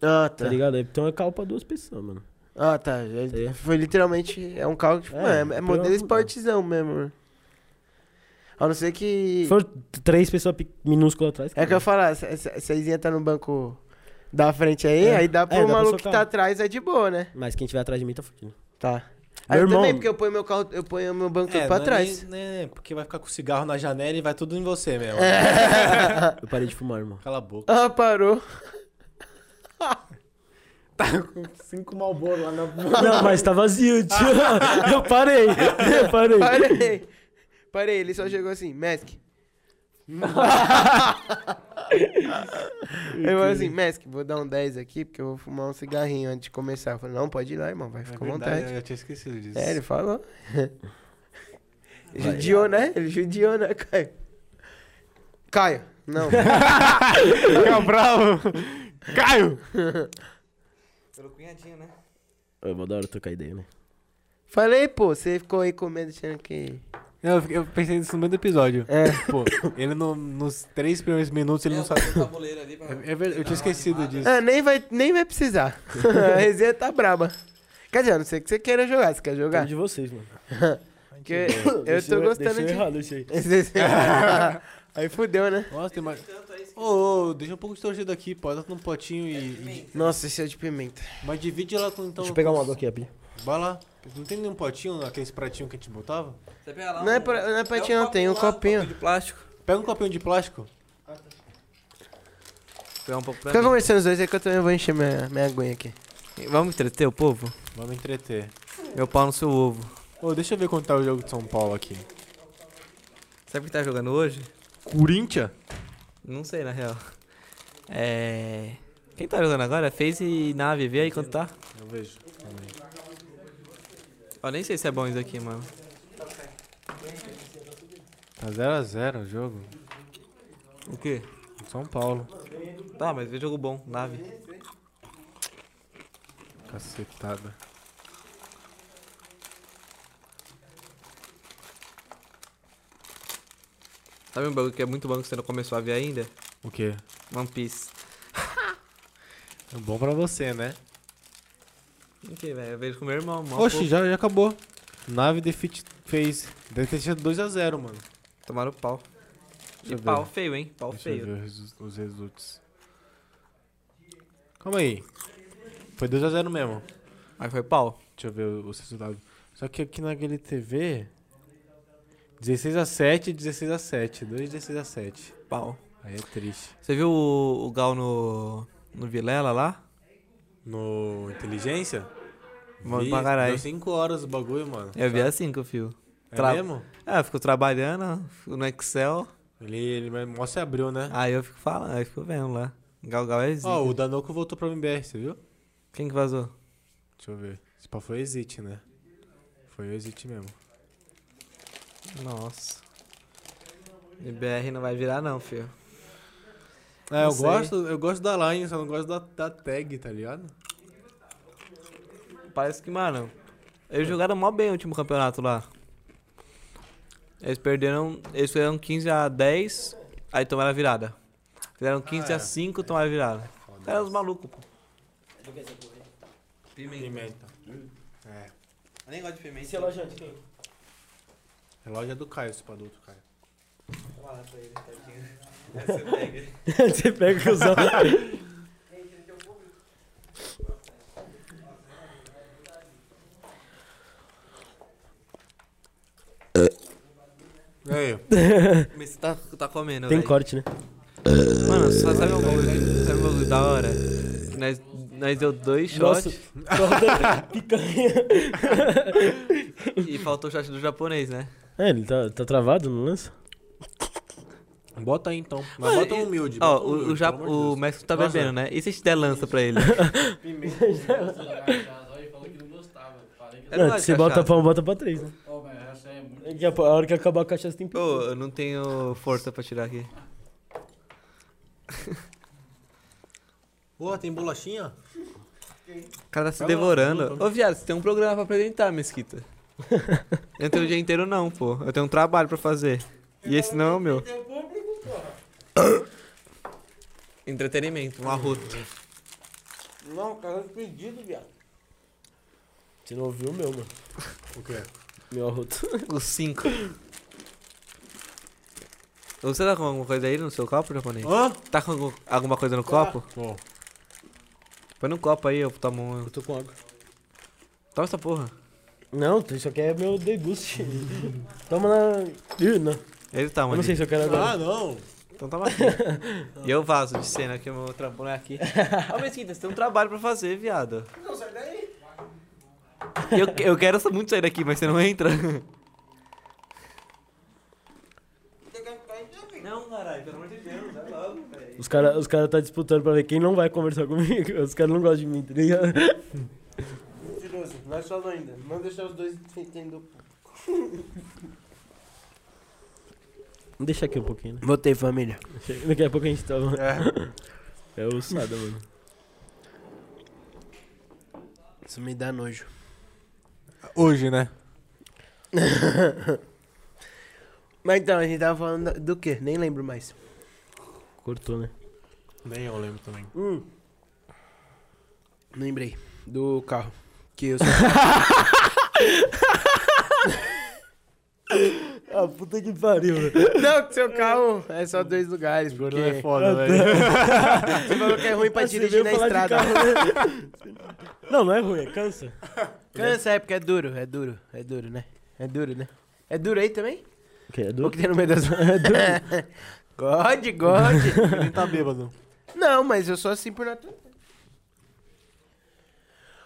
S2: Ah,
S1: Tá
S2: tá.
S1: ligado? Então é carro pra duas pessoas, mano.
S2: Ah, tá. É-
S1: Tá ligado?
S2: Foi literalmente. É um carro que, tipo,
S1: É,
S2: é, é
S1: pelo
S2: modelo
S1: amor-
S2: esportezão mesmo. A não ser que.
S1: Se for três pessoas pe- minúsculas atrás.
S2: É que
S1: cara.
S2: eu falo, ah, se se- se a Izinha tá no banco da frente aí,
S1: É.
S2: aí dá
S1: É,
S2: pro
S1: dá pra
S2: maluco que
S1: socar.
S2: tá atrás, é de boa, né?
S1: Mas quem tiver atrás de mim tá fudido.
S2: Tá.
S1: Meu
S2: Aí eu
S1: irmão-
S2: também, porque eu ponho meu carro, eu ponho meu banco todo pra
S6: não é
S2: trás.
S6: nem- né, porque vai ficar com cigarro na janela e vai tudo em você mesmo.
S3: É.
S1: Eu parei de fumar, irmão.
S6: Cala a boca.
S2: Ah, parou.
S5: Cinco malboros lá na
S1: Não, mas tá vazio, tio. Eu parei. Eu parei.
S2: Parei. Parei, ele só chegou assim, Mask. eu falei assim, Mask, vou dar um 10 aqui, porque eu vou fumar um cigarrinho antes de começar. Eu falei, não, pode ir lá, irmão, vai
S3: É
S2: ficar à
S3: verdade,
S2: vontade.
S3: Eu tinha esquecido disso.
S2: É, ele falou. judiou, né? Ele judiou, né, Caio? Caio, não.
S3: Fica bravo. Caio!
S4: Pelo cunhadinho, né?
S1: Eu vou é da hora trocar ideia, né?
S2: Falei, pô, você ficou aí com medo achando que.
S3: Eu, fiquei- eu pensei nisso no meio do episódio.
S2: É.
S3: Pô, ele no- nos três primeiros minutos ele não sabe.
S4: sabe o tabuleiro Tá ali pra...
S3: É verdade, eu tinha esquecido disso.
S6: É.
S2: Ah, nem vai, nem vai precisar. a resenha tá braba. Quer dizer, a não ser que você queira jogar. Você quer
S1: Tudo
S2: jogar?
S1: de vocês, mano.
S2: Porque eu tô gostando
S1: deixei
S2: de.
S1: errado isso aí.
S2: aí fudeu, né?
S3: Nossa, tem mais. Ô, ô, deixa um pouco distorcido aqui, pô. Bota num potinho e.
S2: Nossa, esse é de pimenta.
S3: Mas divide lá com então.
S1: Deixa eu pegar uma água aqui, rapidinho.
S3: Vai lá. Não tem nenhum potinho, aqueles pratinhos que a gente botava?
S4: Você pega lá
S2: Não é
S4: um-
S2: pra- não é pra
S4: pega
S2: tirar, tem um
S4: lá,
S2: copinho.
S4: de plástico.
S3: Pega um copinho de plástico.
S4: Pegar um pouco pra
S2: Fica
S4: mim.
S2: conversando os dois aí que eu também vou encher minha, minha aguinha aqui.
S4: Vamos entreter o povo?
S3: Vamos entreter.
S4: Meu pau no seu ovo.
S3: Ô, deixa eu ver quanto tá o jogo de São Paulo aqui.
S4: Sabe o que tá jogando hoje?
S3: Corinthians?
S4: Não sei, na real. É... Quem tá jogando agora? Fez e nave. Vê aí quanto tá.
S3: Eu vejo.
S4: Ó, nem sei se é bom isso aqui, mano.
S3: Tá 0x0 o jogo.
S4: O quê?
S3: de São Paulo.
S4: Tá, mas vê jogo bom. Nave.
S3: Cacetada.
S4: Sabe um bagulho que é muito bom que você não começou a ver ainda?
S3: O quê?
S4: One Piece.
S3: É bom pra você, né?
S4: O quê, velho? Eu vejo com meu irmão. mó
S3: Oxi,
S4: pouco.
S3: já, já acabou. Nave Defeat fez. Deve ter sido 2x0, mano.
S4: Tomaram pau.
S3: Deixa
S4: E
S3: eu ver.
S4: pau feio, hein? Pau
S3: Deixa eu
S4: feio.
S3: ver os, resu- os resultados. Calma aí. Foi 2x0 mesmo.
S4: Mas foi pau.
S3: Deixa eu ver o- os resultados. Só que aqui naquele TV. 16x7 e 16x7. 2 16x7.
S4: Pau.
S3: Aí é triste.
S4: Você viu o, o Gal no, no Vilela lá?
S3: No Inteligência?
S4: Mano, pra caralho.
S3: Deu 5 horas o bagulho, mano.
S4: Eu vi assim que eu fio.
S3: É
S4: tra-
S3: mesmo?
S4: Ah, ficou trabalhando fico no Excel.
S3: Ele, ele mostra e abriu, né?
S4: Aí eu fico falando, aí eu fico vendo lá. Gal Gal é zica.
S3: Ó, o Danoco voltou pra MBR, você viu?
S4: Quem que vazou?
S3: Deixa eu ver. Esse pau foi Exit, né? Foi o Exit mesmo.
S4: Nossa. IBR não vai virar não, filho.
S3: É,
S4: Não
S3: eu
S4: sei.
S3: gosto, eu gosto da line, só não gosto da, da tag, tá ligado?
S4: Parece que, mano, eles jogaram mó bem o último campeonato lá. Eles perderam, eles fizeram 15 a 10, aí tomaram a virada. Fizeram
S3: Ah,
S4: 15
S3: é.
S4: a 5, tomaram a virada. Era É, os malucos, pô. Pimenta.
S3: É.
S4: Eu nem gosto de pimenta.
S3: Relógio é do Caio, esse pra do outro Caio.
S1: Você pega o cuzão.
S3: E aí?
S4: Mas você tá, tá comendo,
S1: Tem
S4: velho.
S1: corte, né?
S4: Mano, só sabe um bagulho, sabe um bagulho da hora? Que nós, nós deu dois shots
S1: Nossa, tô rodando picanha.
S4: e faltou o shot do japonês, né?
S1: É, ele tá, tá travado no lance?
S3: Bota aí então. Mas
S4: Mano,
S3: bota um
S4: e-
S3: humilde.
S4: Ó,
S3: bota um
S4: o,
S3: humilde,
S4: o, Jap-
S3: pelo amor
S4: o
S3: de Deus.
S4: México tá
S3: Nossa.
S4: bebendo, né? E se a gente der lança pra ele?
S5: Ele falou que não gostava. Falei É que
S4: Eu
S1: Não,
S4: gosto de
S1: você bota
S4: cachaça.
S1: pra um, bota pra três, né?
S5: Ó, mas essa é muito.
S1: Daqui a pou- a hora que acabar a cachaça tem
S4: Ô,
S1: picanha.
S4: eu não tenho força pra tirar aqui.
S3: Pô, tem bolachinha?
S4: O cara tá se
S3: Tá bom, tá
S4: devorando.
S3: bom.
S4: Ô, viado, você tem um programa pra apresentar, Mesquita. eu não tenho o dia inteiro, não, pô. Eu tenho um trabalho pra fazer. E esse não é o meu. Entretenimento, um arroto.
S6: Não, cara, pedido, viado.
S1: Você não ouviu o meu, mano.
S3: O quê?
S1: Meu arroto.
S4: Os cinco. Você tá com alguma coisa aí no seu copo, japonês?
S3: Hã?
S4: Tá com algum- alguma coisa no copo?
S3: Bom.
S4: Põe no copo aí, eu tomo um.
S1: Eu tô com água.
S4: Toma essa porra.
S1: Não, isso aqui é meu deguste. Toma na. Ih, não.
S4: Ele tá,
S1: Eu
S4: mano.
S1: não sei se eu quero
S3: Ah,
S1: agora.
S6: não.
S4: Então tava aqui. e eu vazo de cena, que o meu trabalho é aqui. Ô, Mesquita, você tem um trabalho pra fazer, viado.
S2: Não, sai daí.
S4: Eu, eu quero muito sair daqui, mas você não entra. Não, caralho, pelo amor de Deus, vai logo, velho.
S1: Os caras os cara tá disputando pra ver quem não vai conversar comigo. Os caras não gostam de mim, tá ligado?
S2: Mentiroso, vai solo ainda. Não deixar os dois entendendo.
S1: Deixa aqui um pouquinho, né?
S2: Voltei, família.
S1: Chega- Daqui a pouco a gente tava. É ossada, mano.
S2: Isso me dá nojo.
S3: Hoje, né?
S2: Mas então, a gente tava falando do quê? Nem lembro mais.
S1: Cortou, né?
S3: Nem eu lembro também.
S2: Lembrei. Do carro. Que eu
S1: Ah, puta que pariu, mano.
S2: Não, que seu carro é só dois lugares. Porque...
S3: Gordo é foda, velho.
S2: Você falou que é ruim pra
S1: Ah, você
S2: dirigir
S1: veio
S2: na
S1: falar de
S2: estrada.
S1: carro. Não, não é ruim, é cansa.
S2: Cansa, é porque é duro, é duro, é duro, né? É duro, né? É duro aí também?
S1: O que é
S2: Ou
S1: duro?
S2: que tem no meio das mãos? É duro. God, God.
S3: Nem tá bêbado.
S2: Não, mas eu sou assim por natureza.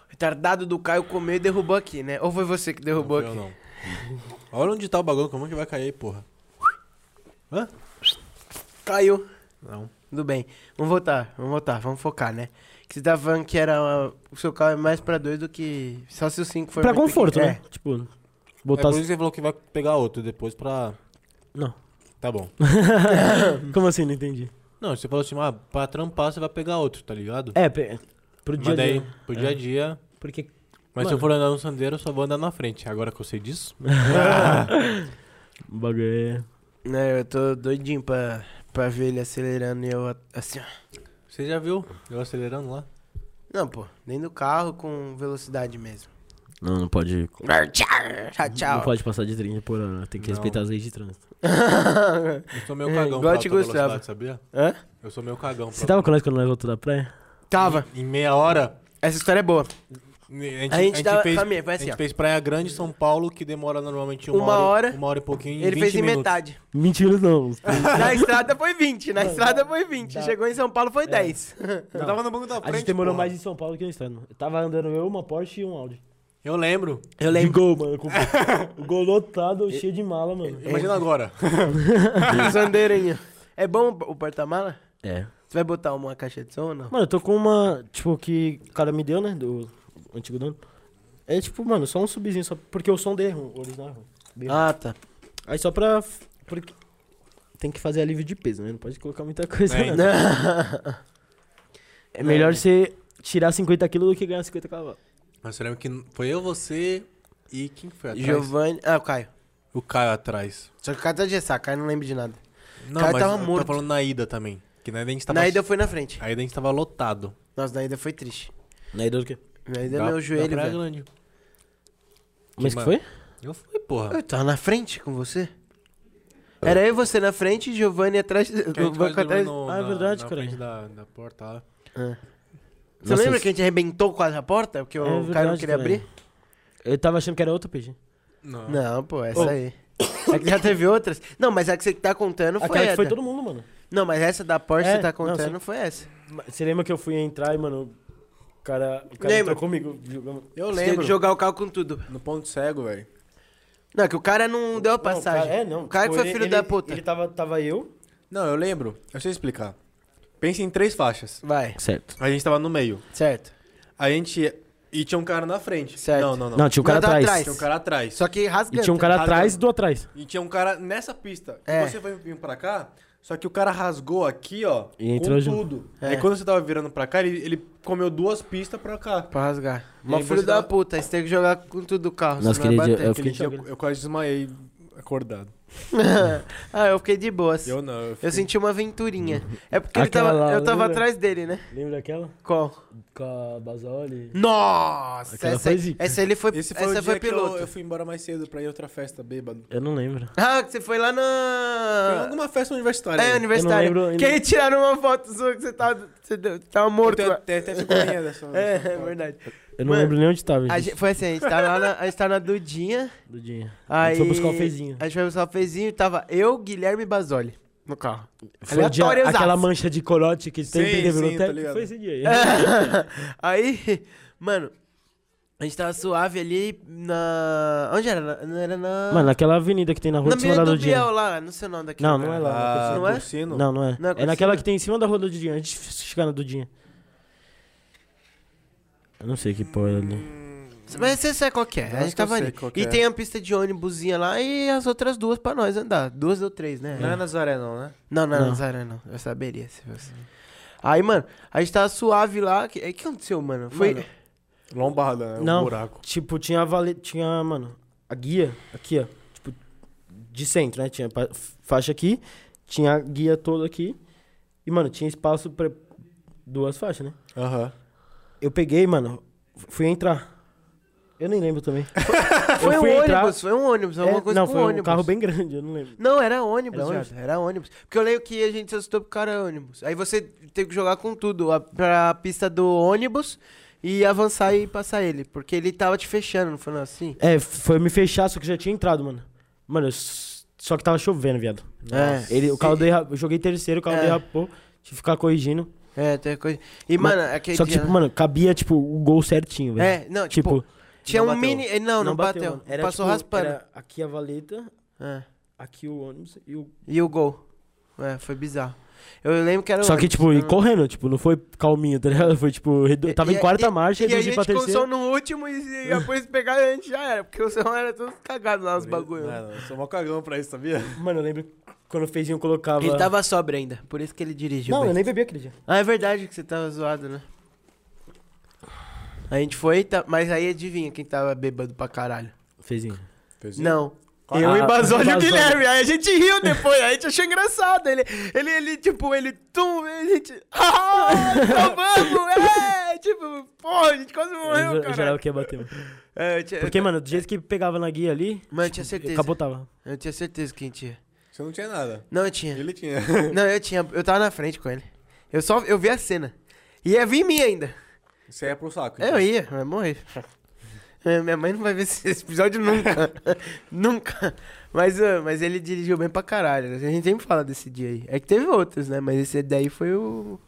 S2: O Retardado do Caio comeu e derrubou aqui, né? Ou foi você que derrubou
S3: Eu
S2: aqui?
S3: não. Olha onde tá o bagulho, como é que vai cair, porra?
S2: Caiu.
S3: Não.
S2: Tudo bem. Vamos voltar, vamos voltar, vamos focar, né? Que você tava falando que era uma- o seu carro é mais pra dois do que só se o cinco for
S1: Pra
S2: muito
S1: conforto,
S2: pequeno.
S1: né? Tipo,
S3: É
S1: botar.
S3: por isso que você falou que vai pegar outro depois pra.
S1: Não.
S3: Tá bom.
S1: Como assim? Não entendi.
S3: Não, você falou assim, ah, pra trampar você vai pegar outro, tá ligado?
S1: É, pe... pro dia
S3: Mas
S1: a
S3: daí,
S1: dia.
S3: pro
S2: É.
S3: dia a dia.
S1: Porque
S3: Mas se
S1: Mano.
S3: eu for andar no sandeiro, eu só vou andar na frente. Agora que eu sei disso.
S1: o bagulho é.
S2: É. Né, eu tô doidinho pra, pra ver ele acelerando e eu assim, ó.
S3: Você já viu? Eu acelerando lá.
S2: Não, pô, nem do carro com velocidade mesmo.
S1: Não, não pode.
S2: Tchau,
S1: Não
S2: tchau.
S1: pode passar de 30 por hora. Tem que
S3: Não.
S1: respeitar as leis de trânsito.
S3: Eu sou meio
S2: É,
S3: cagão
S2: igual
S3: pra
S2: te
S3: alta
S2: gostava.
S3: velocidade, sabia?
S2: Hã?
S3: Eu sou meio cagão pra
S1: Você tava com nós quando nós voltamos da praia?
S2: Tava.
S3: Em meia hora.
S2: Essa história é boa.
S3: A gente,
S2: A gente, tava.
S3: fez,
S2: Família, foi
S3: a
S2: assim,
S3: gente
S2: ó.
S3: fez Praia Grande, São Paulo, que demora normalmente uma,
S2: Uma
S3: hora, e-
S2: hora.
S3: Uma hora e pouquinho.
S2: Ele
S3: 20
S2: fez em
S3: minutos.
S2: metade.
S1: Mentira,
S3: É,
S1: não.
S2: Na estrada foi 20, na estrada foi 20.
S1: dá.
S2: Chegou em São Paulo foi 10.
S3: Eu tava no banco da frente.
S1: A gente demorou
S3: porra.
S1: mais em São Paulo que no estado. Eu tava andando eu, uma Porsche e um Audi.
S3: Eu lembro.
S1: Eu lembro. De gol, mano. Com... o gol lotado, cheio de mala, mano.
S3: Imagina agora.
S2: Sandeirinho. É bom o porta-mala?
S1: É.
S2: Você vai botar uma caixa de som ou não?
S1: Mano, eu tô com uma, tipo, que o cara me deu, né? Do antigo dono. É tipo, mano, só um subzinho, só porque o som dele é ruim, o original é ruim. Bem ruim.
S2: Ah, tá.
S1: Aí só pra. f- Porque tem que fazer alívio de peso, né? Não pode colocar muita coisa. né?
S3: É,
S1: não. É melhor você tirar 50 quilos do que ganhar 50 cavalos.
S3: Mas eu lembro que foi eu, você e quem foi atrás?
S2: Giovanni. Ah, o Caio.
S3: O Caio atrás.
S2: Só que o Caio tá de ressaca, o Caio não lembra de nada.
S3: Não,
S2: Caio
S3: mas
S2: tava
S3: eu tô
S2: morto.
S3: falando na ida também. Que na ida a gente tava...
S2: Na ida eu fui na frente.
S3: A ida a gente tava lotado.
S2: Nossa, na ida foi triste.
S1: Na ideia do é quê?
S2: Na ida é
S3: Da-
S2: meu
S3: da
S2: joelho,
S3: Praia
S2: velho.
S3: Grande.
S1: Mas que
S3: mano.
S1: foi?
S3: Eu fui, porra.
S2: Eu tava na frente com você?
S1: É.
S2: Era eu e você na frente e Giovanni atrás.
S3: Que a
S2: No
S3: gente quase
S2: banco
S3: dormiu
S2: atrás.
S3: no-
S1: Ah, é
S3: na-
S1: verdade,
S3: na
S1: cara.
S3: frente da, da porta lá.
S2: Ah. Você
S1: Nossa,
S2: lembra que a gente arrebentou quase a porta? Porque o
S1: É
S2: cara não
S1: verdade,
S2: queria
S1: caralho.
S2: abrir?
S1: Eu tava achando que era outra PG. Ah.
S3: Não.
S2: Não, pô, essa
S1: Oh.
S2: aí. É que já teve outras. Não, mas a que você tá contando foi
S1: Aquela
S2: essa.
S1: que foi todo mundo, mano.
S2: Não, mas essa da Porsche
S1: É,
S2: que você tá
S1: não,
S2: contando
S1: sim.
S2: foi essa.
S1: Mas Você lembra que eu fui entrar e, mano, o cara, o cara
S2: Lembra.
S1: entrou comigo. jogando-
S6: Eu
S2: Você teve
S6: lembro.
S2: que jogar o carro com tudo.
S6: No ponto cego, velho.
S2: Não, é que o cara não deu
S1: Não,
S2: a
S1: o cara-
S2: passagem.
S1: é, não.
S2: O cara que
S1: tipo,
S2: foi
S1: ele-
S2: filho
S1: ele-
S2: da puta.
S1: Ele tava, tava eu.
S6: Não, eu lembro. Deixa eu explicar. Pensa em três faixas.
S2: Vai.
S1: Certo.
S6: A gente tava no meio.
S2: Certo.
S6: A gente. E tinha um cara na frente.
S2: Certo.
S6: Não, não, não.
S1: Não, tinha o cara
S2: Não, tá
S1: atrás.
S2: atrás.
S6: Tinha um cara atrás.
S2: Só que rasgando.
S1: E tinha um cara
S6: Rasga-
S1: atrás e do atrás.
S6: E tinha um cara nessa pista.
S2: É.
S6: E você foi vir pra cá, só que o cara rasgou aqui, ó.
S1: E entrou
S6: com
S1: junto.
S6: tudo.
S2: É.
S6: Aí quando você tava virando pra cá, ele, ele comeu duas pistas pra cá.
S2: Pra rasgar.
S6: E
S2: Mó
S6: aí
S2: filho
S6: você
S2: da
S6: tá-
S2: puta. Você tem que jogar com tudo o carro.
S1: Nossa,
S2: senão vai
S1: queria-
S2: bater.
S1: eu
S6: Aquele
S1: fiquei
S6: dia eu, eu quase desmaiei acordado.
S2: ah, eu fiquei de boas. Eu,
S6: Eu não. Eu,
S2: senti uma aventurinha. É porque ele
S1: Aquela
S2: tava-
S1: lá,
S2: eu tava
S1: lembra?
S2: atrás dele, né?
S1: Lembra aquela?
S2: Qual?
S1: Com a Basoli?
S2: Nossa!
S1: Aquela
S2: essa,
S1: foi zica.
S2: essa ele foi,
S6: Esse foi
S2: essa
S6: o dia
S2: foi
S6: que eu-
S2: piloto.
S6: Eu, fui embora mais cedo pra ir a outra festa, bêbado.
S1: Eu não lembro.
S2: Ah, que você foi lá
S6: Foi
S2: na.
S6: alguma festa universitária.
S2: Ah. É,
S6: né?
S2: universitária.
S1: Eu não lembro
S2: Que
S1: ainda.
S2: aí tiraram uma foto sua que você tava, você deu- tava
S6: Eu
S2: morto.
S6: tenho
S2: lá.
S6: até, até figurinha dessa.
S2: É, é verdade.
S1: Eu não
S2: Mano,
S1: lembro nem onde tava,
S2: A
S1: gente,
S2: gente, foi assim, a gente tava lá na, a gente tava na Dudinha.
S1: do dia.
S2: Aí,
S1: foi buscar o Fezinho.
S2: A gente foi buscar o Fezinho e tava eu, Guilherme e Basoli no carro.
S1: Foi o dia,
S2: aleatórias
S1: aquela
S2: aço.
S1: mancha de corote que tem
S6: Sim,
S1: que
S6: sim,
S1: devolver
S6: tá ligado.
S1: Foi esse dia aí.
S2: aí, mano, a gente tava suave ali na. Onde era? Na- Não era na.
S1: Mano, aquela avenida que tem na rua
S2: na
S1: de cima
S2: Mira
S1: da
S2: do
S1: Dudinha.
S2: Biel lá, não sei o nome daquele.
S1: Não, não é lá.
S6: Ah,
S2: Não
S6: não
S2: é?
S6: é? Cursino.
S1: Não, não é.
S2: Não é
S1: é naquela
S2: Cursina?
S1: que tem em cima da rua do Dudinho, antes de chegar na Dudinha. Eu não sei que porra é ali.
S2: Hum. Mas você sabe qual que é,
S6: Nossa,
S2: a gente
S6: que eu
S2: tava
S6: sei
S2: ali.
S6: qual que
S2: E
S6: é.
S2: tem a pista de ônibusinha lá e as outras duas pra nós andar. Duas ou três, né?
S6: Não é Nazaré, não, né?
S2: Não, não,
S1: Não.
S2: não, Zara, não. Eu saberia se fosse. Aí, mano, a gente tava suave lá. O que, aí, que aconteceu, mano? Foi.
S6: Mano, Lombada,
S2: É
S6: né?
S1: Não.
S6: Um buraco.
S1: Tipo, tinha a vale... Tinha, mano, a guia aqui, ó. Tipo, de centro, né? Tinha pa- faixa aqui, tinha a guia toda aqui. E, mano, tinha espaço pra duas faixas, né?
S6: Aham.
S1: Eu peguei, mano, fui entrar. Eu nem lembro também.
S2: foi
S1: eu
S2: um
S1: fui
S2: ônibus,
S1: entrar-
S2: foi um ônibus, alguma
S1: É,
S2: coisa
S1: não,
S2: com
S1: foi
S2: ônibus.
S1: um carro bem grande, eu não lembro.
S2: Não, era ônibus,
S1: Era
S2: era
S1: ônibus?
S2: ônibus. Era ônibus. Porque eu leio que a gente se assustou pro cara ônibus. Aí você teve que jogar com tudo a, pra pista do ônibus e avançar e passar ele. Porque ele tava te fechando, não foi não, assim?
S1: É, foi me fechar, só que já tinha entrado, mano. Mano, eu s- só que tava chovendo, viado.
S2: É.
S1: Ele, o carro derrapou, eu joguei terceiro, o carro
S2: É.
S1: derrapou, tive que ficar corrigindo.
S2: É, tem coisa. E,
S1: Mas-
S2: mano, aquele.
S1: só que,
S2: dia,
S1: tipo,
S2: né?
S1: mano, cabia, tipo, o gol certinho, velho.
S2: É, não, tipo.
S1: tipo,
S2: Tinha
S1: Não
S2: um
S1: bateu.
S2: mini. eh, Não, não, bateu.
S1: mano. Era,
S2: Passou
S1: tipo,
S2: raspando.
S1: Era aqui a valeta,
S2: É.
S1: aqui o ônibus e o...
S2: E o gol. É, foi bizarro. Eu lembro que era.
S1: Só
S2: o-
S1: que, tipo, e
S2: Não.
S1: correndo, tipo, não foi calminho, tá ligado? Foi, tipo, redu-
S2: E-
S1: tava em
S2: e-
S1: quarta
S2: e-
S1: marcha,
S2: E a
S1: reduzi
S2: gente
S1: pra
S2: com o
S1: terceira.
S2: som no último e a polícia pegar a gente já era. Porque o som era todo cagado lá, os bagulho.
S1: É.
S6: Mano, eu sou mó cagão pra isso, sabia?
S1: Mano, eu lembro quando o Fezinho colocava...
S2: Ele tava sóbrio ainda, por isso que ele dirigiu.
S1: Não,
S2: bem.
S1: eu nem bebi aquele dia.
S2: Ah, é verdade que você tava zoado, né? A gente foi, tá- mas aí adivinha quem tava bêbado pra caralho.
S1: Fezinho.
S6: Fez
S2: Não.
S1: Ah,
S2: eu e Basoli e o
S1: Basoli.
S2: Guilherme. Aí a gente riu depois, aí a gente achou engraçado. Ele, ele, ele tipo, ele tum, e a gente. Ah, salvamos! É! Tipo, porra, a gente quase
S1: Eu,
S2: morreu,
S1: eu jurava
S2: cara.
S1: que ia bater, mano.
S2: É, eu tinha,
S1: Porque, mano, do jeito que pegava na guia ali,
S2: Mano, eu tinha certeza.
S1: capotava.
S2: Eu tinha certeza que a gente ia.
S6: Você não tinha nada.
S2: Não, eu tinha.
S6: Ele tinha.
S2: Não, eu tinha. Eu tava na frente com ele. Eu só eu vi a cena. E ia vir em mim ainda.
S6: Você ia é pro saco.
S2: É,
S6: então.
S2: Eu ia, eu ia morrer. É, Minha mãe não vai ver esse esse episódio nunca. nunca. Mas, ah, mas ele dirigiu bem pra caralho. né? A gente sempre fala desse dia aí. É que teve outros, né? Mas esse daí foi o.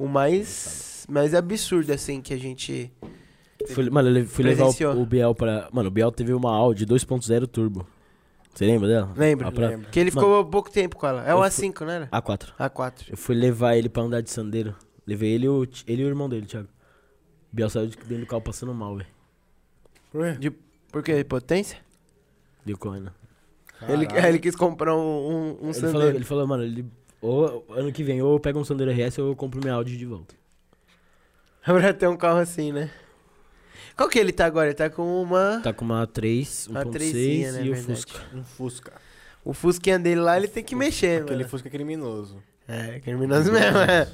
S2: O mais. Mais absurdo, assim, que a gente.
S1: Fui, mano, eu le- fui levar
S2: Presenciou.
S1: o, o Biel pra. Mano, o Biel teve uma Audi 2.0 Turbo. Você lembra dela?
S2: Lembra?
S1: A pra-
S6: lembro.
S2: Que ele ficou pouco tempo com ela. É
S1: Eu
S2: o
S1: fui-
S2: A5, não era?
S1: A4.
S2: A4.
S1: Eu fui levar ele pra andar de sandeiro. Levei ele e o, Ti- ele e o irmão dele, Thiago. O Biel saiu de- dentro do carro passando mal, velho.
S2: Por que potência?
S1: Deu correndo.
S2: Ele, ele quis comprar um, um, um
S1: Ele
S2: Sandero.
S1: falou, ele falou, mano, ele. Ou ano que vem, ou eu pego um Sandeiro RS ou eu compro minha Audi de volta.
S2: Agora tem um carro assim, né? Qual que ele tá agora? Ele tá com uma.
S1: Tá com uma 3,
S2: Uma
S1: 1.6
S2: 3zinha, né,
S1: e o
S2: verdade.
S1: Fusca.
S6: Um Fusca.
S2: O Fusquinha dele lá, ele tem que mexer, mano.
S6: Aquele Fusca é criminoso.
S2: É, criminoso mesmo, é.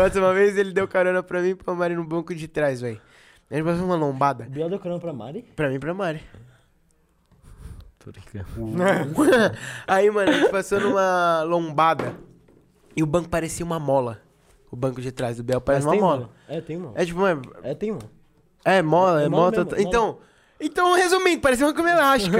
S2: Outra uma vez ele deu carona pra mim e pra Mari no banco de trás, velho. A gente passou uma lombada.
S1: O Biel deu carona pra Mari?
S2: Pra mim e pra Mari.
S1: Tô brincando.
S2: Aí, mano, a gente passou numa lombada. E o banco parecia uma mola. O banco de trás do Bel parece
S1: Mas
S2: uma
S1: tem
S2: mola.
S1: É, tem uma.
S2: É tipo, é,
S1: É, tem uma.
S2: É, mola,
S1: É mola
S2: é mola.
S1: mesmo,
S2: tota-
S1: mola.
S2: Então, então, resumindo, parecia uma cama elástica.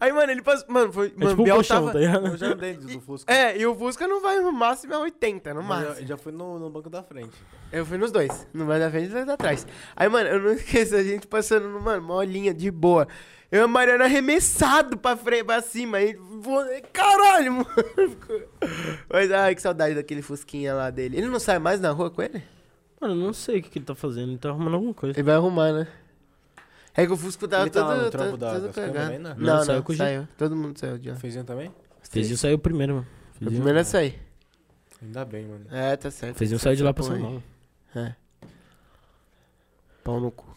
S2: Aí, mano, ele passou. Mano, foi.
S1: É
S2: mano,
S1: tipo um
S2: Biel
S1: colchão,
S2: tava-
S1: tá ligado?
S6: Eu já andei do Fusca.
S2: É, e o Fusca não vai no máximo é 80, no
S6: Mas
S2: máximo.
S6: eu já fui no, no banco da frente.
S2: Eu fui nos dois. Não vai da frente e vai da trás. Aí, mano, eu não esqueço a gente passando numa molinha de boa. Eu e a Mariana arremessado pra frente, pra cima. Aí, voa- caralho, mano. Mas, ai, que saudade daquele Fusquinha lá dele. Ele não sai mais na rua com ele?
S1: Mano, eu não sei o que, que ele tá fazendo, ele tá arrumando alguma coisa.
S2: Ele vai arrumar, né? É que o Fusco tava
S6: Ele tá
S2: todo,
S6: lá no trampo
S2: todo,
S6: da-
S2: todo
S6: das
S2: cagado.
S6: câmeras aí, né?
S2: Não,
S1: Não,
S2: não,
S1: saiu
S2: saiu,
S1: com o
S2: Todo mundo saiu de lá.
S6: Fezinho um também?
S1: Fezinho saiu primeiro, mano.
S2: O
S1: Fezinho,
S2: primeiro é sair.
S6: Ainda bem, mano.
S2: É, tá certo.
S1: Fezinho saiu de lá pra São
S2: Põe.
S1: Paulo.
S2: É. Pau no cu.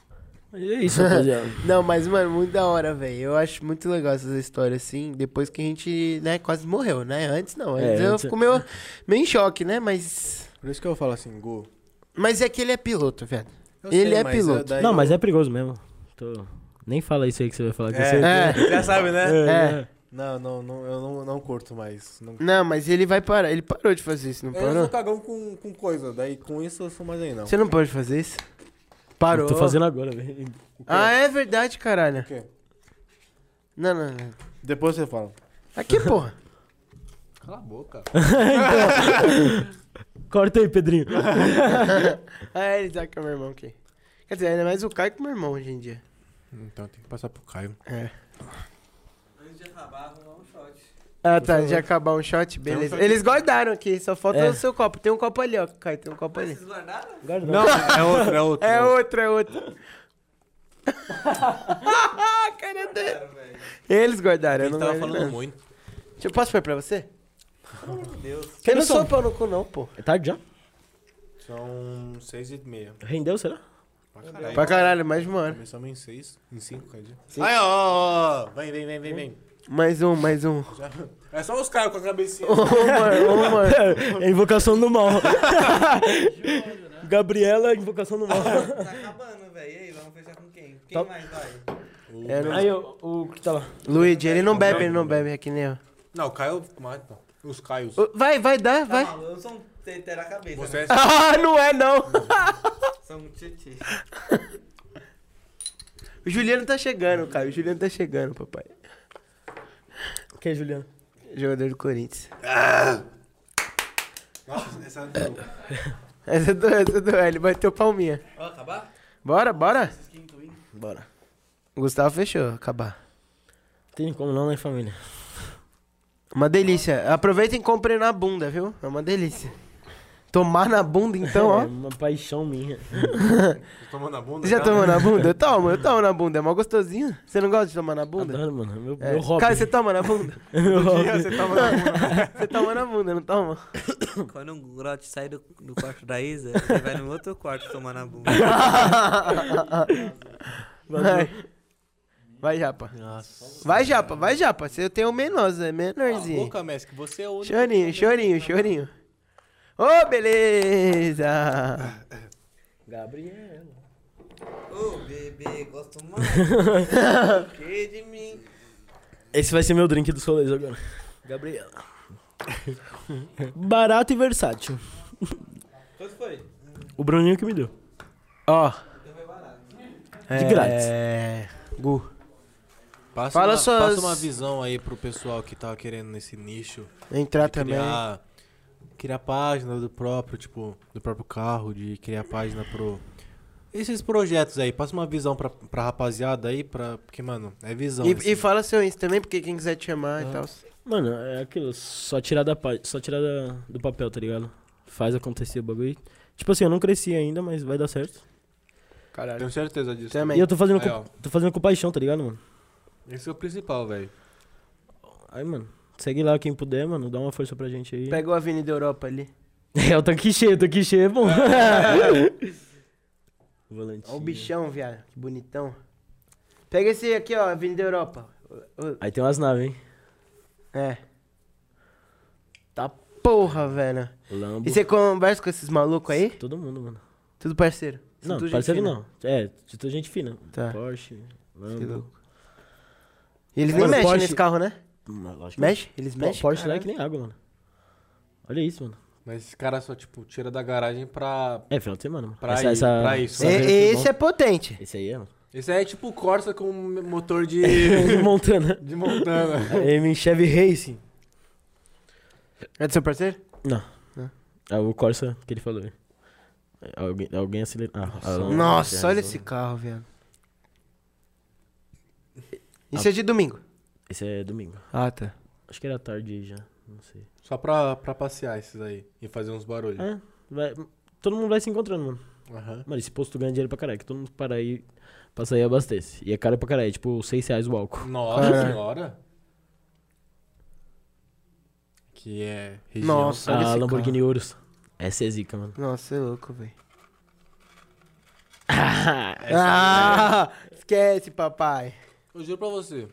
S1: Mas é isso, rapaziada.
S2: Não, mas, mano, muito da hora, velho. Eu acho muito legal essas histórias, assim, depois que a gente, né, quase morreu, né? Antes não. Antes
S1: É,
S2: eu
S1: antes-
S2: fico meio, meio em choque, né? Mas.
S6: Por isso que eu falo assim, Gu.
S2: Mas é que ele é piloto, velho.
S6: Eu
S2: Ele é
S6: mas
S2: piloto.
S6: eu- daí
S1: Não,
S6: eu-
S1: mas é perigoso mesmo. Tô- Nem fala isso aí que você vai falar que
S6: É.
S1: você...
S2: É.
S6: Já sabe, né?
S2: É.
S6: Não, não, não, eu não, não curto mais. Não...
S2: Não, mas ele vai parar. Ele parou de fazer isso, não
S6: Eu sou
S2: parou?
S6: cagão com, com coisa, daí com isso eu sou mais aí não.
S2: Você não pode fazer isso? Parou.
S1: Eu tô fazendo agora, velho.
S2: Ah, é verdade, caralho.
S6: quê?
S2: Não, não, não.
S6: Depois você fala.
S2: Aqui, porra.
S3: Cala a boca.
S1: Corta aí, Pedrinho.
S2: ah, ele tá com meu irmão aqui. Quer dizer, ainda mais o Caio que meu irmão hoje em dia.
S6: Então tem que passar pro Caio.
S2: É.
S4: Antes de acabar, vamos dar um shot.
S2: Ah, tá. Já acabar um shot, beleza. Eles guardaram aqui, só falta
S1: É.
S2: o seu copo. Tem um copo ali, ó, Caio. Tem um copo ali.
S4: guardaram?
S1: Guarda
S6: Não, é outro, é outro.
S2: É outro, é outro. Ah, cara dele. Eles guardaram, eu não
S3: tava
S2: tava
S3: falando muito.
S2: Deixa eu posso pôr pra você?
S4: Meu Deus.
S2: Eu não
S1: são?
S2: sou pau no cu, não, pô.
S1: É tarde já?
S6: São seis e meia.
S1: Rendeu, será?
S6: Pra caralho.
S2: Pra caralho, mais de uma hora.
S6: Começamos em seis, em cinco, cada dia. Ai, ó, ó, ó, vem, vem, vem, vem, vem.
S2: Mais um, mais um.
S6: Já- É só os caras com a cabecinha.
S2: Uma, uma.
S1: É invocação do mal. Gabriela, invocação do mal.
S4: Tá acabando, velho. E aí, vamos fechar com quem? Quem
S1: Tá.
S4: mais vai?
S2: É, não-
S1: Aí, o, o que tá lá?
S2: Luigi, ele não bebe, ele não bebe aqui nem eu.
S6: Não, o Caio mata. Os Caios.
S2: Ô, Vai, vai, dá,
S4: Tá
S2: vai.
S4: maluco, eu sou um teter a cabeça.
S6: Você é.
S2: Ah, não é não.
S4: né? Sou um titi.
S2: O Juliano tá chegando, cara. O Juliano tá chegando, papai.
S1: Quem é, Juliano?
S2: Jogador do Corinthians.
S6: Nossa, essa.
S2: Essa é do, essa é do L, bateu palminha.
S4: Ó, acabar?
S2: Bora, bora.
S4: Esses quinto in.
S1: Bora.
S2: O Gustavo fechou, acabar.
S1: Tem como não, né, família?
S2: Uma delícia. Aproveitem e comprem na bunda, viu? É uma delícia. Tomar na bunda, então,
S1: É
S2: ó.
S1: uma paixão minha.
S6: Tomando a bunda.
S2: Você já
S6: cara.
S2: tomou na bunda? Eu tomo, eu tomo na bunda. É mó gostosinho. Você não gosta de tomar na bunda?
S1: Adoro, mano. É Meu,
S2: É.
S1: meu hobby.
S2: Cara, você toma na bunda?
S1: É meu
S6: Todo dia
S1: hobby.
S6: você toma na bunda.
S2: Você toma na bunda, não toma?
S4: Quando um grote sai do, do quarto da Isa, ele vai no outro quarto tomar na bunda.
S2: Vai. Vai, Japa.
S3: Nossa.
S2: Vai, Japa, vai, Japa. Você tem o menos, é
S6: Cala a
S2: menorzinho.
S6: boca, Messi, que você é o único.
S2: Chorinho, chorinho, chorinho. Ô, beleza!
S1: Gabriela.
S4: Ô, bebê, gosto mais. que de mim.
S1: Esse vai ser meu drink dos rolês agora. Gabriela. Barato e versátil.
S4: Quanto foi?
S1: O Bruninho que me deu.
S2: Ó.
S1: De grátis.
S2: É. Gu.
S3: Passa,
S2: Fala
S3: uma,
S2: suas-
S3: passa uma visão aí pro pessoal que tá querendo nesse nicho.
S2: Entrar
S3: de
S2: também.
S3: criar, criar página do próprio, tipo, do próprio carro, de criar página pro. Esses projetos aí, passa uma visão pra, pra rapaziada aí, pra. Porque, mano, é visão.
S2: E,
S3: assim.
S2: e fala seu Insta também, porque quem quiser te chamar e tal.
S1: Mano, é aquilo, só tirar da pá- só tirar da- do papel, tá ligado? Faz acontecer o bagulho. Tipo assim, eu não cresci ainda, mas vai dar certo.
S2: Caralho.
S3: Tenho certeza disso.
S2: Também.
S1: E eu tô fazendo,
S3: Aí,
S1: com,
S3: ó.
S1: tô fazendo com paixão, tá ligado, mano?
S3: Esse é o principal, velho.
S1: Aí, mano, segue lá quem puder, mano, dá uma força pra gente aí.
S2: Então, Pega o Avenida Europa ali.
S1: É, o tanque cheio, o tanque cheio é bom. Volante.
S2: Ó o bichão, viado. Que bonitão. Pega esse aqui, ó, Avenida Europa. Ô, ô,
S1: Aí tem umas naves, hein?
S2: É. Tá porra, velho.
S1: Lambo.
S2: E você conversa com esses malucos aí?
S1: Todo mundo, mano.
S2: Tudo parceiro? São
S1: Não,
S2: tudo gente
S1: parceiro
S2: fina?
S1: não. É, de toda gente fina.
S2: Tá.
S1: Porsche,
S2: Que
S1: Lambo.
S2: louco. E eles nem
S1: Mano,
S2: mexem
S1: Porsche-
S2: nesse carro, né?
S1: Mas lógico que-
S2: Mexe? Eles
S1: Po-
S2: mexem?
S1: Porsche lá é
S2: Caralho.
S1: que nem água, mano. Olha isso, mano.
S3: Mas esse cara só, tipo, tira da garagem pra.
S1: É, final de semana, mano.
S3: Pra, i- pra isso.
S1: essa
S2: E- e
S1: vez
S2: esse é potente.
S1: Esse aí é, mano.
S3: Esse aí é tipo Corsa com motor de.
S1: Montana.
S3: de montana.
S1: M Um Chevy Racing.
S2: É do seu parceiro?
S1: É o Corsa que ele falou. aí. É, Alguém, alguém acelerou. Ah, ah, não,
S2: Nossa,
S1: já
S2: olha
S1: resolveu.
S2: esse carro, velho. Isso é de domingo.
S1: Esse é domingo.
S2: Ah, tá.
S1: Acho que era tarde aí já. Não sei.
S3: Só pra, pra passear esses aí e fazer uns barulhos.
S1: É, vai- todo mundo vai se encontrando, mano.
S3: Aham.
S1: Mano, esse posto ganha dinheiro pra caralho. Que todo mundo para aí, passa aí e abastece. E é caro pra caralho. É tipo 6 reais o álcool.
S3: Nossa
S2: Caralho.
S3: senhora. Que é região.
S2: Nossa, olha
S1: A
S2: esse
S1: Lamborghini Urus. Essa é zica, mano.
S2: carro. Nossa, é louco, velho. ah, esquece, papai.
S3: Eu juro pra você.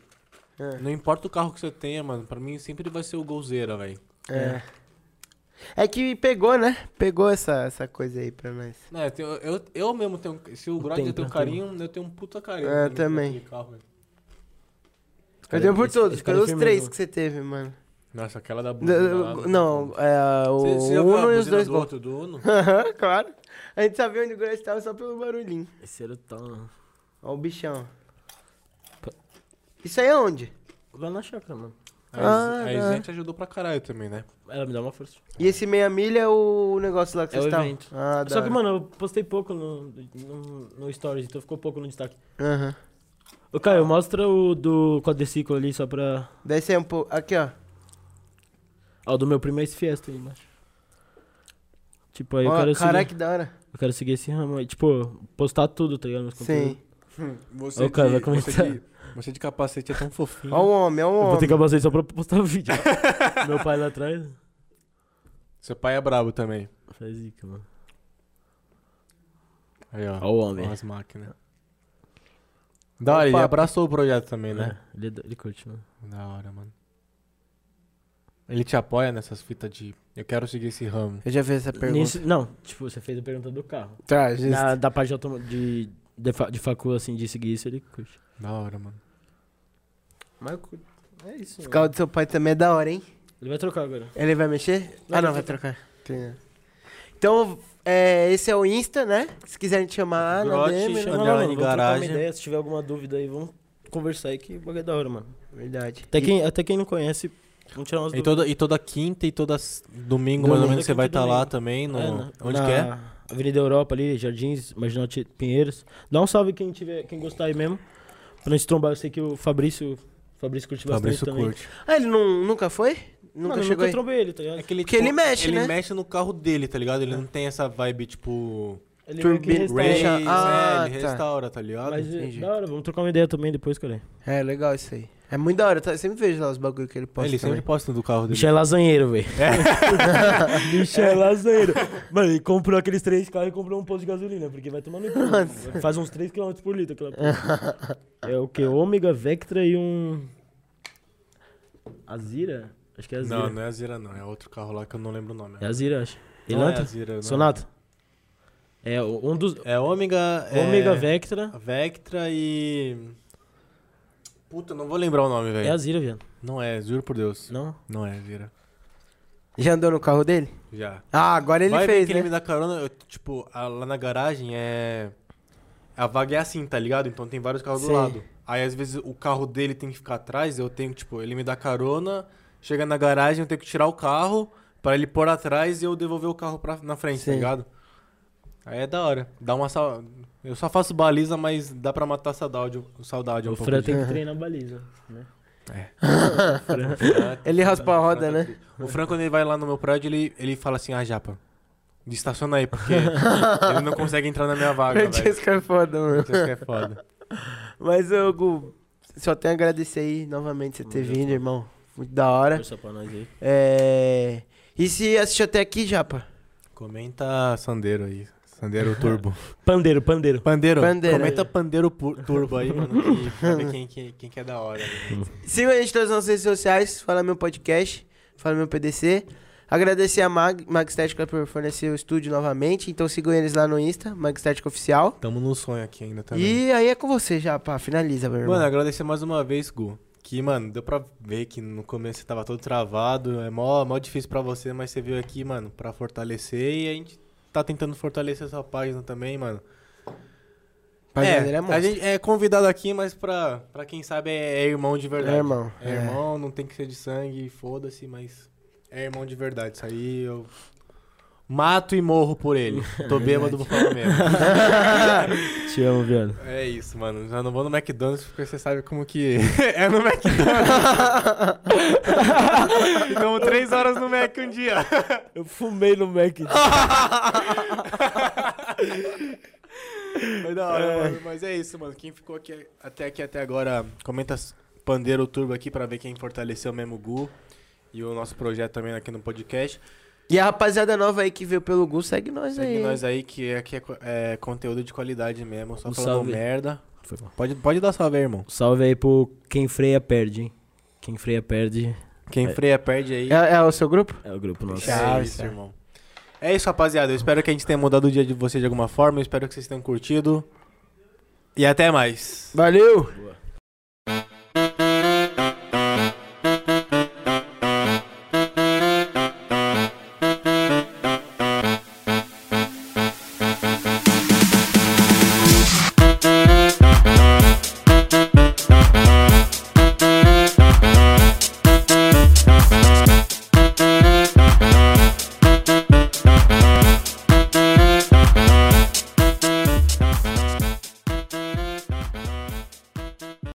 S2: É.
S3: Não importa o carro que você tenha, mano, pra mim sempre vai ser o Golzeira, velho.
S2: É. É que pegou, né? Pegou essa, essa coisa aí pra nós.
S3: É, tem- eu, eu, eu mesmo tenho. Se o Grog tem um carinho, eu tenho um puta carinho.
S2: É,
S3: pra aquele
S2: também.
S3: carro, velho.
S2: Eu dei por
S1: esse-
S2: todos,
S1: esse cara é
S2: pelos
S1: firme
S2: três
S1: mesmo.
S2: que você teve, mano.
S3: Nossa, aquela da bunda. lá, né?
S2: Não,
S3: mano.
S2: não, é, o
S3: Você- você já viu a
S2: Uno e os
S3: buzina
S2: dois
S3: do
S2: bons.
S3: outro do Uno?
S2: Aham, claro. A gente sabia onde o Grant estava só pelo barulhinho.
S1: Esse era tão.
S2: Ó o bichão. Isso aí é onde?
S1: Lá na chácara, mano.
S2: Ah,
S3: A
S2: tá.
S3: gente ajudou pra caralho também, né?
S1: Ela me dá uma força.
S2: E esse meia milha é o negócio lá que
S1: É
S2: vocês
S1: o
S2: estavam?
S1: evento.
S2: Ah, da
S1: Só que,
S2: hora.
S1: mano, eu postei pouco no, no, no Stories, então ficou pouco no destaque.
S2: Aham.
S1: Ô, Caio, mostra o do quadriciclo ali só pra.
S2: Desce aí um pouco. Aqui, ó.
S1: Ó, o do meu primo é esse Fiesta aí embaixo. Tipo, aí eu
S2: Ó,
S1: quero
S2: caraca,
S1: seguir.
S2: que da hora.
S1: Eu quero seguir esse ramo aí. Tipo, postar tudo, tá ligado? Meus conteúdos.
S2: Sim.
S6: Você,
S1: Ô, cara, vai
S6: de, você,
S1: começar.
S6: de, você de capacete é tão fofinho.
S2: Ó o homem, ó o
S1: Eu vou ter
S2: homem.
S1: que abastei só pra postar o vídeo. meu pai lá atrás.
S3: Seu pai é brabo também.
S1: Faz zica, mano.
S3: Aí,
S1: Ó o homem.
S3: Ó As máquinas. Da hora, ele
S2: papo.
S3: abraçou o projeto também, né?
S1: É, ele, é do- ele curte, mano.
S3: Da hora, mano. Ele te apoia nessas fitas de. Eu quero seguir esse ramo.
S2: Eu já vi essa pergunta.
S1: Nisso- não, tipo, você fez a pergunta do carro.
S2: Tá,
S1: Na- da parte de, automa- de, de, fa- de facu, assim, de seguir isso, ele curte.
S3: Da hora, mano.
S1: Mas é isso,
S2: O carro do seu pai também é da hora, hein?
S1: Ele vai trocar agora.
S2: Ele vai mexer?
S1: Vai,
S2: ah,
S1: vai
S2: não, vai trocar. Entendi. Então, é, esse é o Insta, né? Se quiserem te chamar, na
S3: Grote,
S2: DM, né?
S3: chama- Underline
S1: vamos trocar uma
S3: garagem.
S1: ideia. Se tiver alguma dúvida aí, vamos conversar aí que o bagulho é da hora, mano.
S2: Verdade.
S1: Até quem, até quem não conhece, vamos tirar umas
S3: E toda, e toda quinta e toda s- domingo, mais
S1: Domingo,
S3: ou menos, você vai
S1: quinta e
S3: estar lá
S1: domingo.
S3: também. No,
S1: É, na-
S3: Onde
S1: na
S3: que é?
S1: Avenida Europa ali, Jardins, Marginal Ti- Pinheiros. Dá um salve quem, tiver, quem gostar aí mesmo. Pra não se trombar, eu sei que o Fabrício, Fabrício curte bastante
S3: Fabrício
S1: também.
S3: curte.
S2: Ah, ele não, nunca foi? Nunca
S1: Mano, eu
S2: chegou
S1: nunca
S2: aí?
S1: trombei ele, tá ligado?
S3: É que ele, tipo,
S2: Porque ele mexe,
S3: ele
S2: né?
S3: mexe no carro dele, tá ligado? Ele não tem essa vibe, tipo...
S1: Ele meio que
S2: Turbine
S1: restaura,
S3: Race,
S2: Rage, ah,
S3: é, ele
S2: tá.
S3: restaura, tá ligado?
S1: Mas é,
S2: entendi.
S1: da hora, vamos trocar uma ideia também depois, cara.
S2: É, legal isso aí. É muito da hora, tá? eu sempre vejo lá os bagulho que ele posta.
S3: ele sempre
S2: também.
S3: posta do carro dele.
S1: Bicho é lasanheiro, velho. Bicho é lasanheiro. Mano, ele comprou aqueles três carros e comprou um posto de gasolina, porque vai tomar no cu. Faz uns 3 km por litro aquela porra. É o que? Ômega, Vectra e um. Azira? Acho que é Azira.
S3: Não, não é a Zira, não. É outro carro lá que eu não lembro o nome.
S1: É Azira, acho.
S3: Não é
S1: Elantra?
S3: a Zira, não.
S1: Sonata? É, o- um dos.
S3: É Ômega... é-
S1: Ômega, Vectra.
S3: Vectra e... Puta, não vou lembrar o nome,
S1: É
S3: velho.
S1: Azira, viado.
S3: Não é, juro por Deus.
S1: Não?
S3: Não é, Zira.
S2: Já andou no carro dele?
S3: Já.
S2: Ah, agora ele
S3: Vai ver
S2: fez,
S3: que
S2: né?
S3: ele me dá carona, eu, tipo, a- lá na garagem é... A vaga é assim, tá ligado? Então tem vários carros
S2: Sei.
S3: do lado. Aí às vezes o carro dele tem que ficar atrás, eu tenho que, tipo, ele me dá carona, chega na garagem, eu tenho que tirar o carro pra ele pôr atrás e eu devolver o carro pra, na frente, tá
S2: Sei.
S3: ligado? Aí é da hora. Dá uma sal... Eu só faço baliza, mas dá pra matar a saudade, saudade um
S1: O
S3: pouco.
S1: Fran
S3: disso.
S1: tem que treinar baliza. Né?
S2: Ele raspa a roda,
S3: Franco
S2: né?
S3: é triste. O Franco, quando ele vai lá no meu prédio, ele, ele fala assim, ah, Japa, estaciona aí, porque ele não consegue entrar na minha vaga, velho.
S2: Francesco é foda, mano.
S3: Isso que é foda.
S2: Mas, ô, Gu, só tenho a agradecer aí novamente você ter
S1: Valeu,
S2: vindo,
S1: mano.
S2: irmão. Muito da hora.
S1: Força pra nós aí.
S2: É... E se assistiu até aqui, Japa?
S3: Comenta Sandeiro aí. Sandeiro Turbo.
S1: Pandeiro, pandeiro.
S3: Pandeiro.
S2: Pandeiro.
S3: Comenta Pandeiro Pur- Turbo aí, mano. Que sabe quem, quem, quem que é da hora. né?
S2: Siga a gente nas nossas redes sociais, fala meu podcast, fala meu PDC. Agradecer a Mag, Magstética por fornecer o estúdio novamente. Então sigam eles lá no Insta, Magstética Oficial.
S3: Tamo no sonho aqui ainda também.
S2: E aí é com você, Japa. Finaliza, meu irmão.
S3: Mano, agradecer mais uma vez, Gu. Que, mano, deu pra ver que no começo você tava todo travado. É mó, mó difícil pra você, mas você veio aqui, mano, pra fortalecer. E a gente tá tentando fortalecer essa página também, mano.
S2: Rapaziada, ele
S3: é, a
S2: monstro.
S3: gente é convidado aqui, mas pra, pra quem sabe é, é irmão de verdade.
S2: É, irmão.
S3: É irmão, não tem que ser de sangue, foda-se, mas é irmão de verdade. Isso aí eu mato e morro por ele.
S2: É
S3: Tô bêbado pra falar mesmo.
S1: Te amo, viado.
S3: É isso, mano. Já não vou no McDonald's porque você sabe como que é no McDonald's. Ficamos três horas no Mac um dia.
S1: Eu fumei no Mac.
S3: Mas da hora, mano. Mas é isso, mano. Quem ficou aqui até aqui até agora, comenta s- Pandeiro Turbo aqui pra ver quem fortaleceu mesmo o Gu e o nosso projeto também aqui no podcast.
S2: E a rapaziada nova aí que veio pelo Gu, segue nós
S3: Segue
S2: aí.
S3: nós aí que aqui é, co- é conteúdo de qualidade mesmo, só
S1: Um
S3: falando
S1: salve.
S3: merda.
S1: Foi mal.
S3: Pode, pode dar salve aí, irmão.
S1: Salve aí pro Quem Freia Perde, hein? Quem Freia Perde
S3: Quem
S1: É.
S3: freia perde aí.
S2: É, é o seu grupo?
S1: é o grupo nosso.
S3: É
S2: Chave,
S3: isso,
S2: cara.
S3: irmão. É isso, rapaziada. Eu espero que a gente tenha mudado o dia de vocês de alguma forma. Eu espero que vocês tenham curtido. E até mais.
S2: Valeu!
S1: Boa.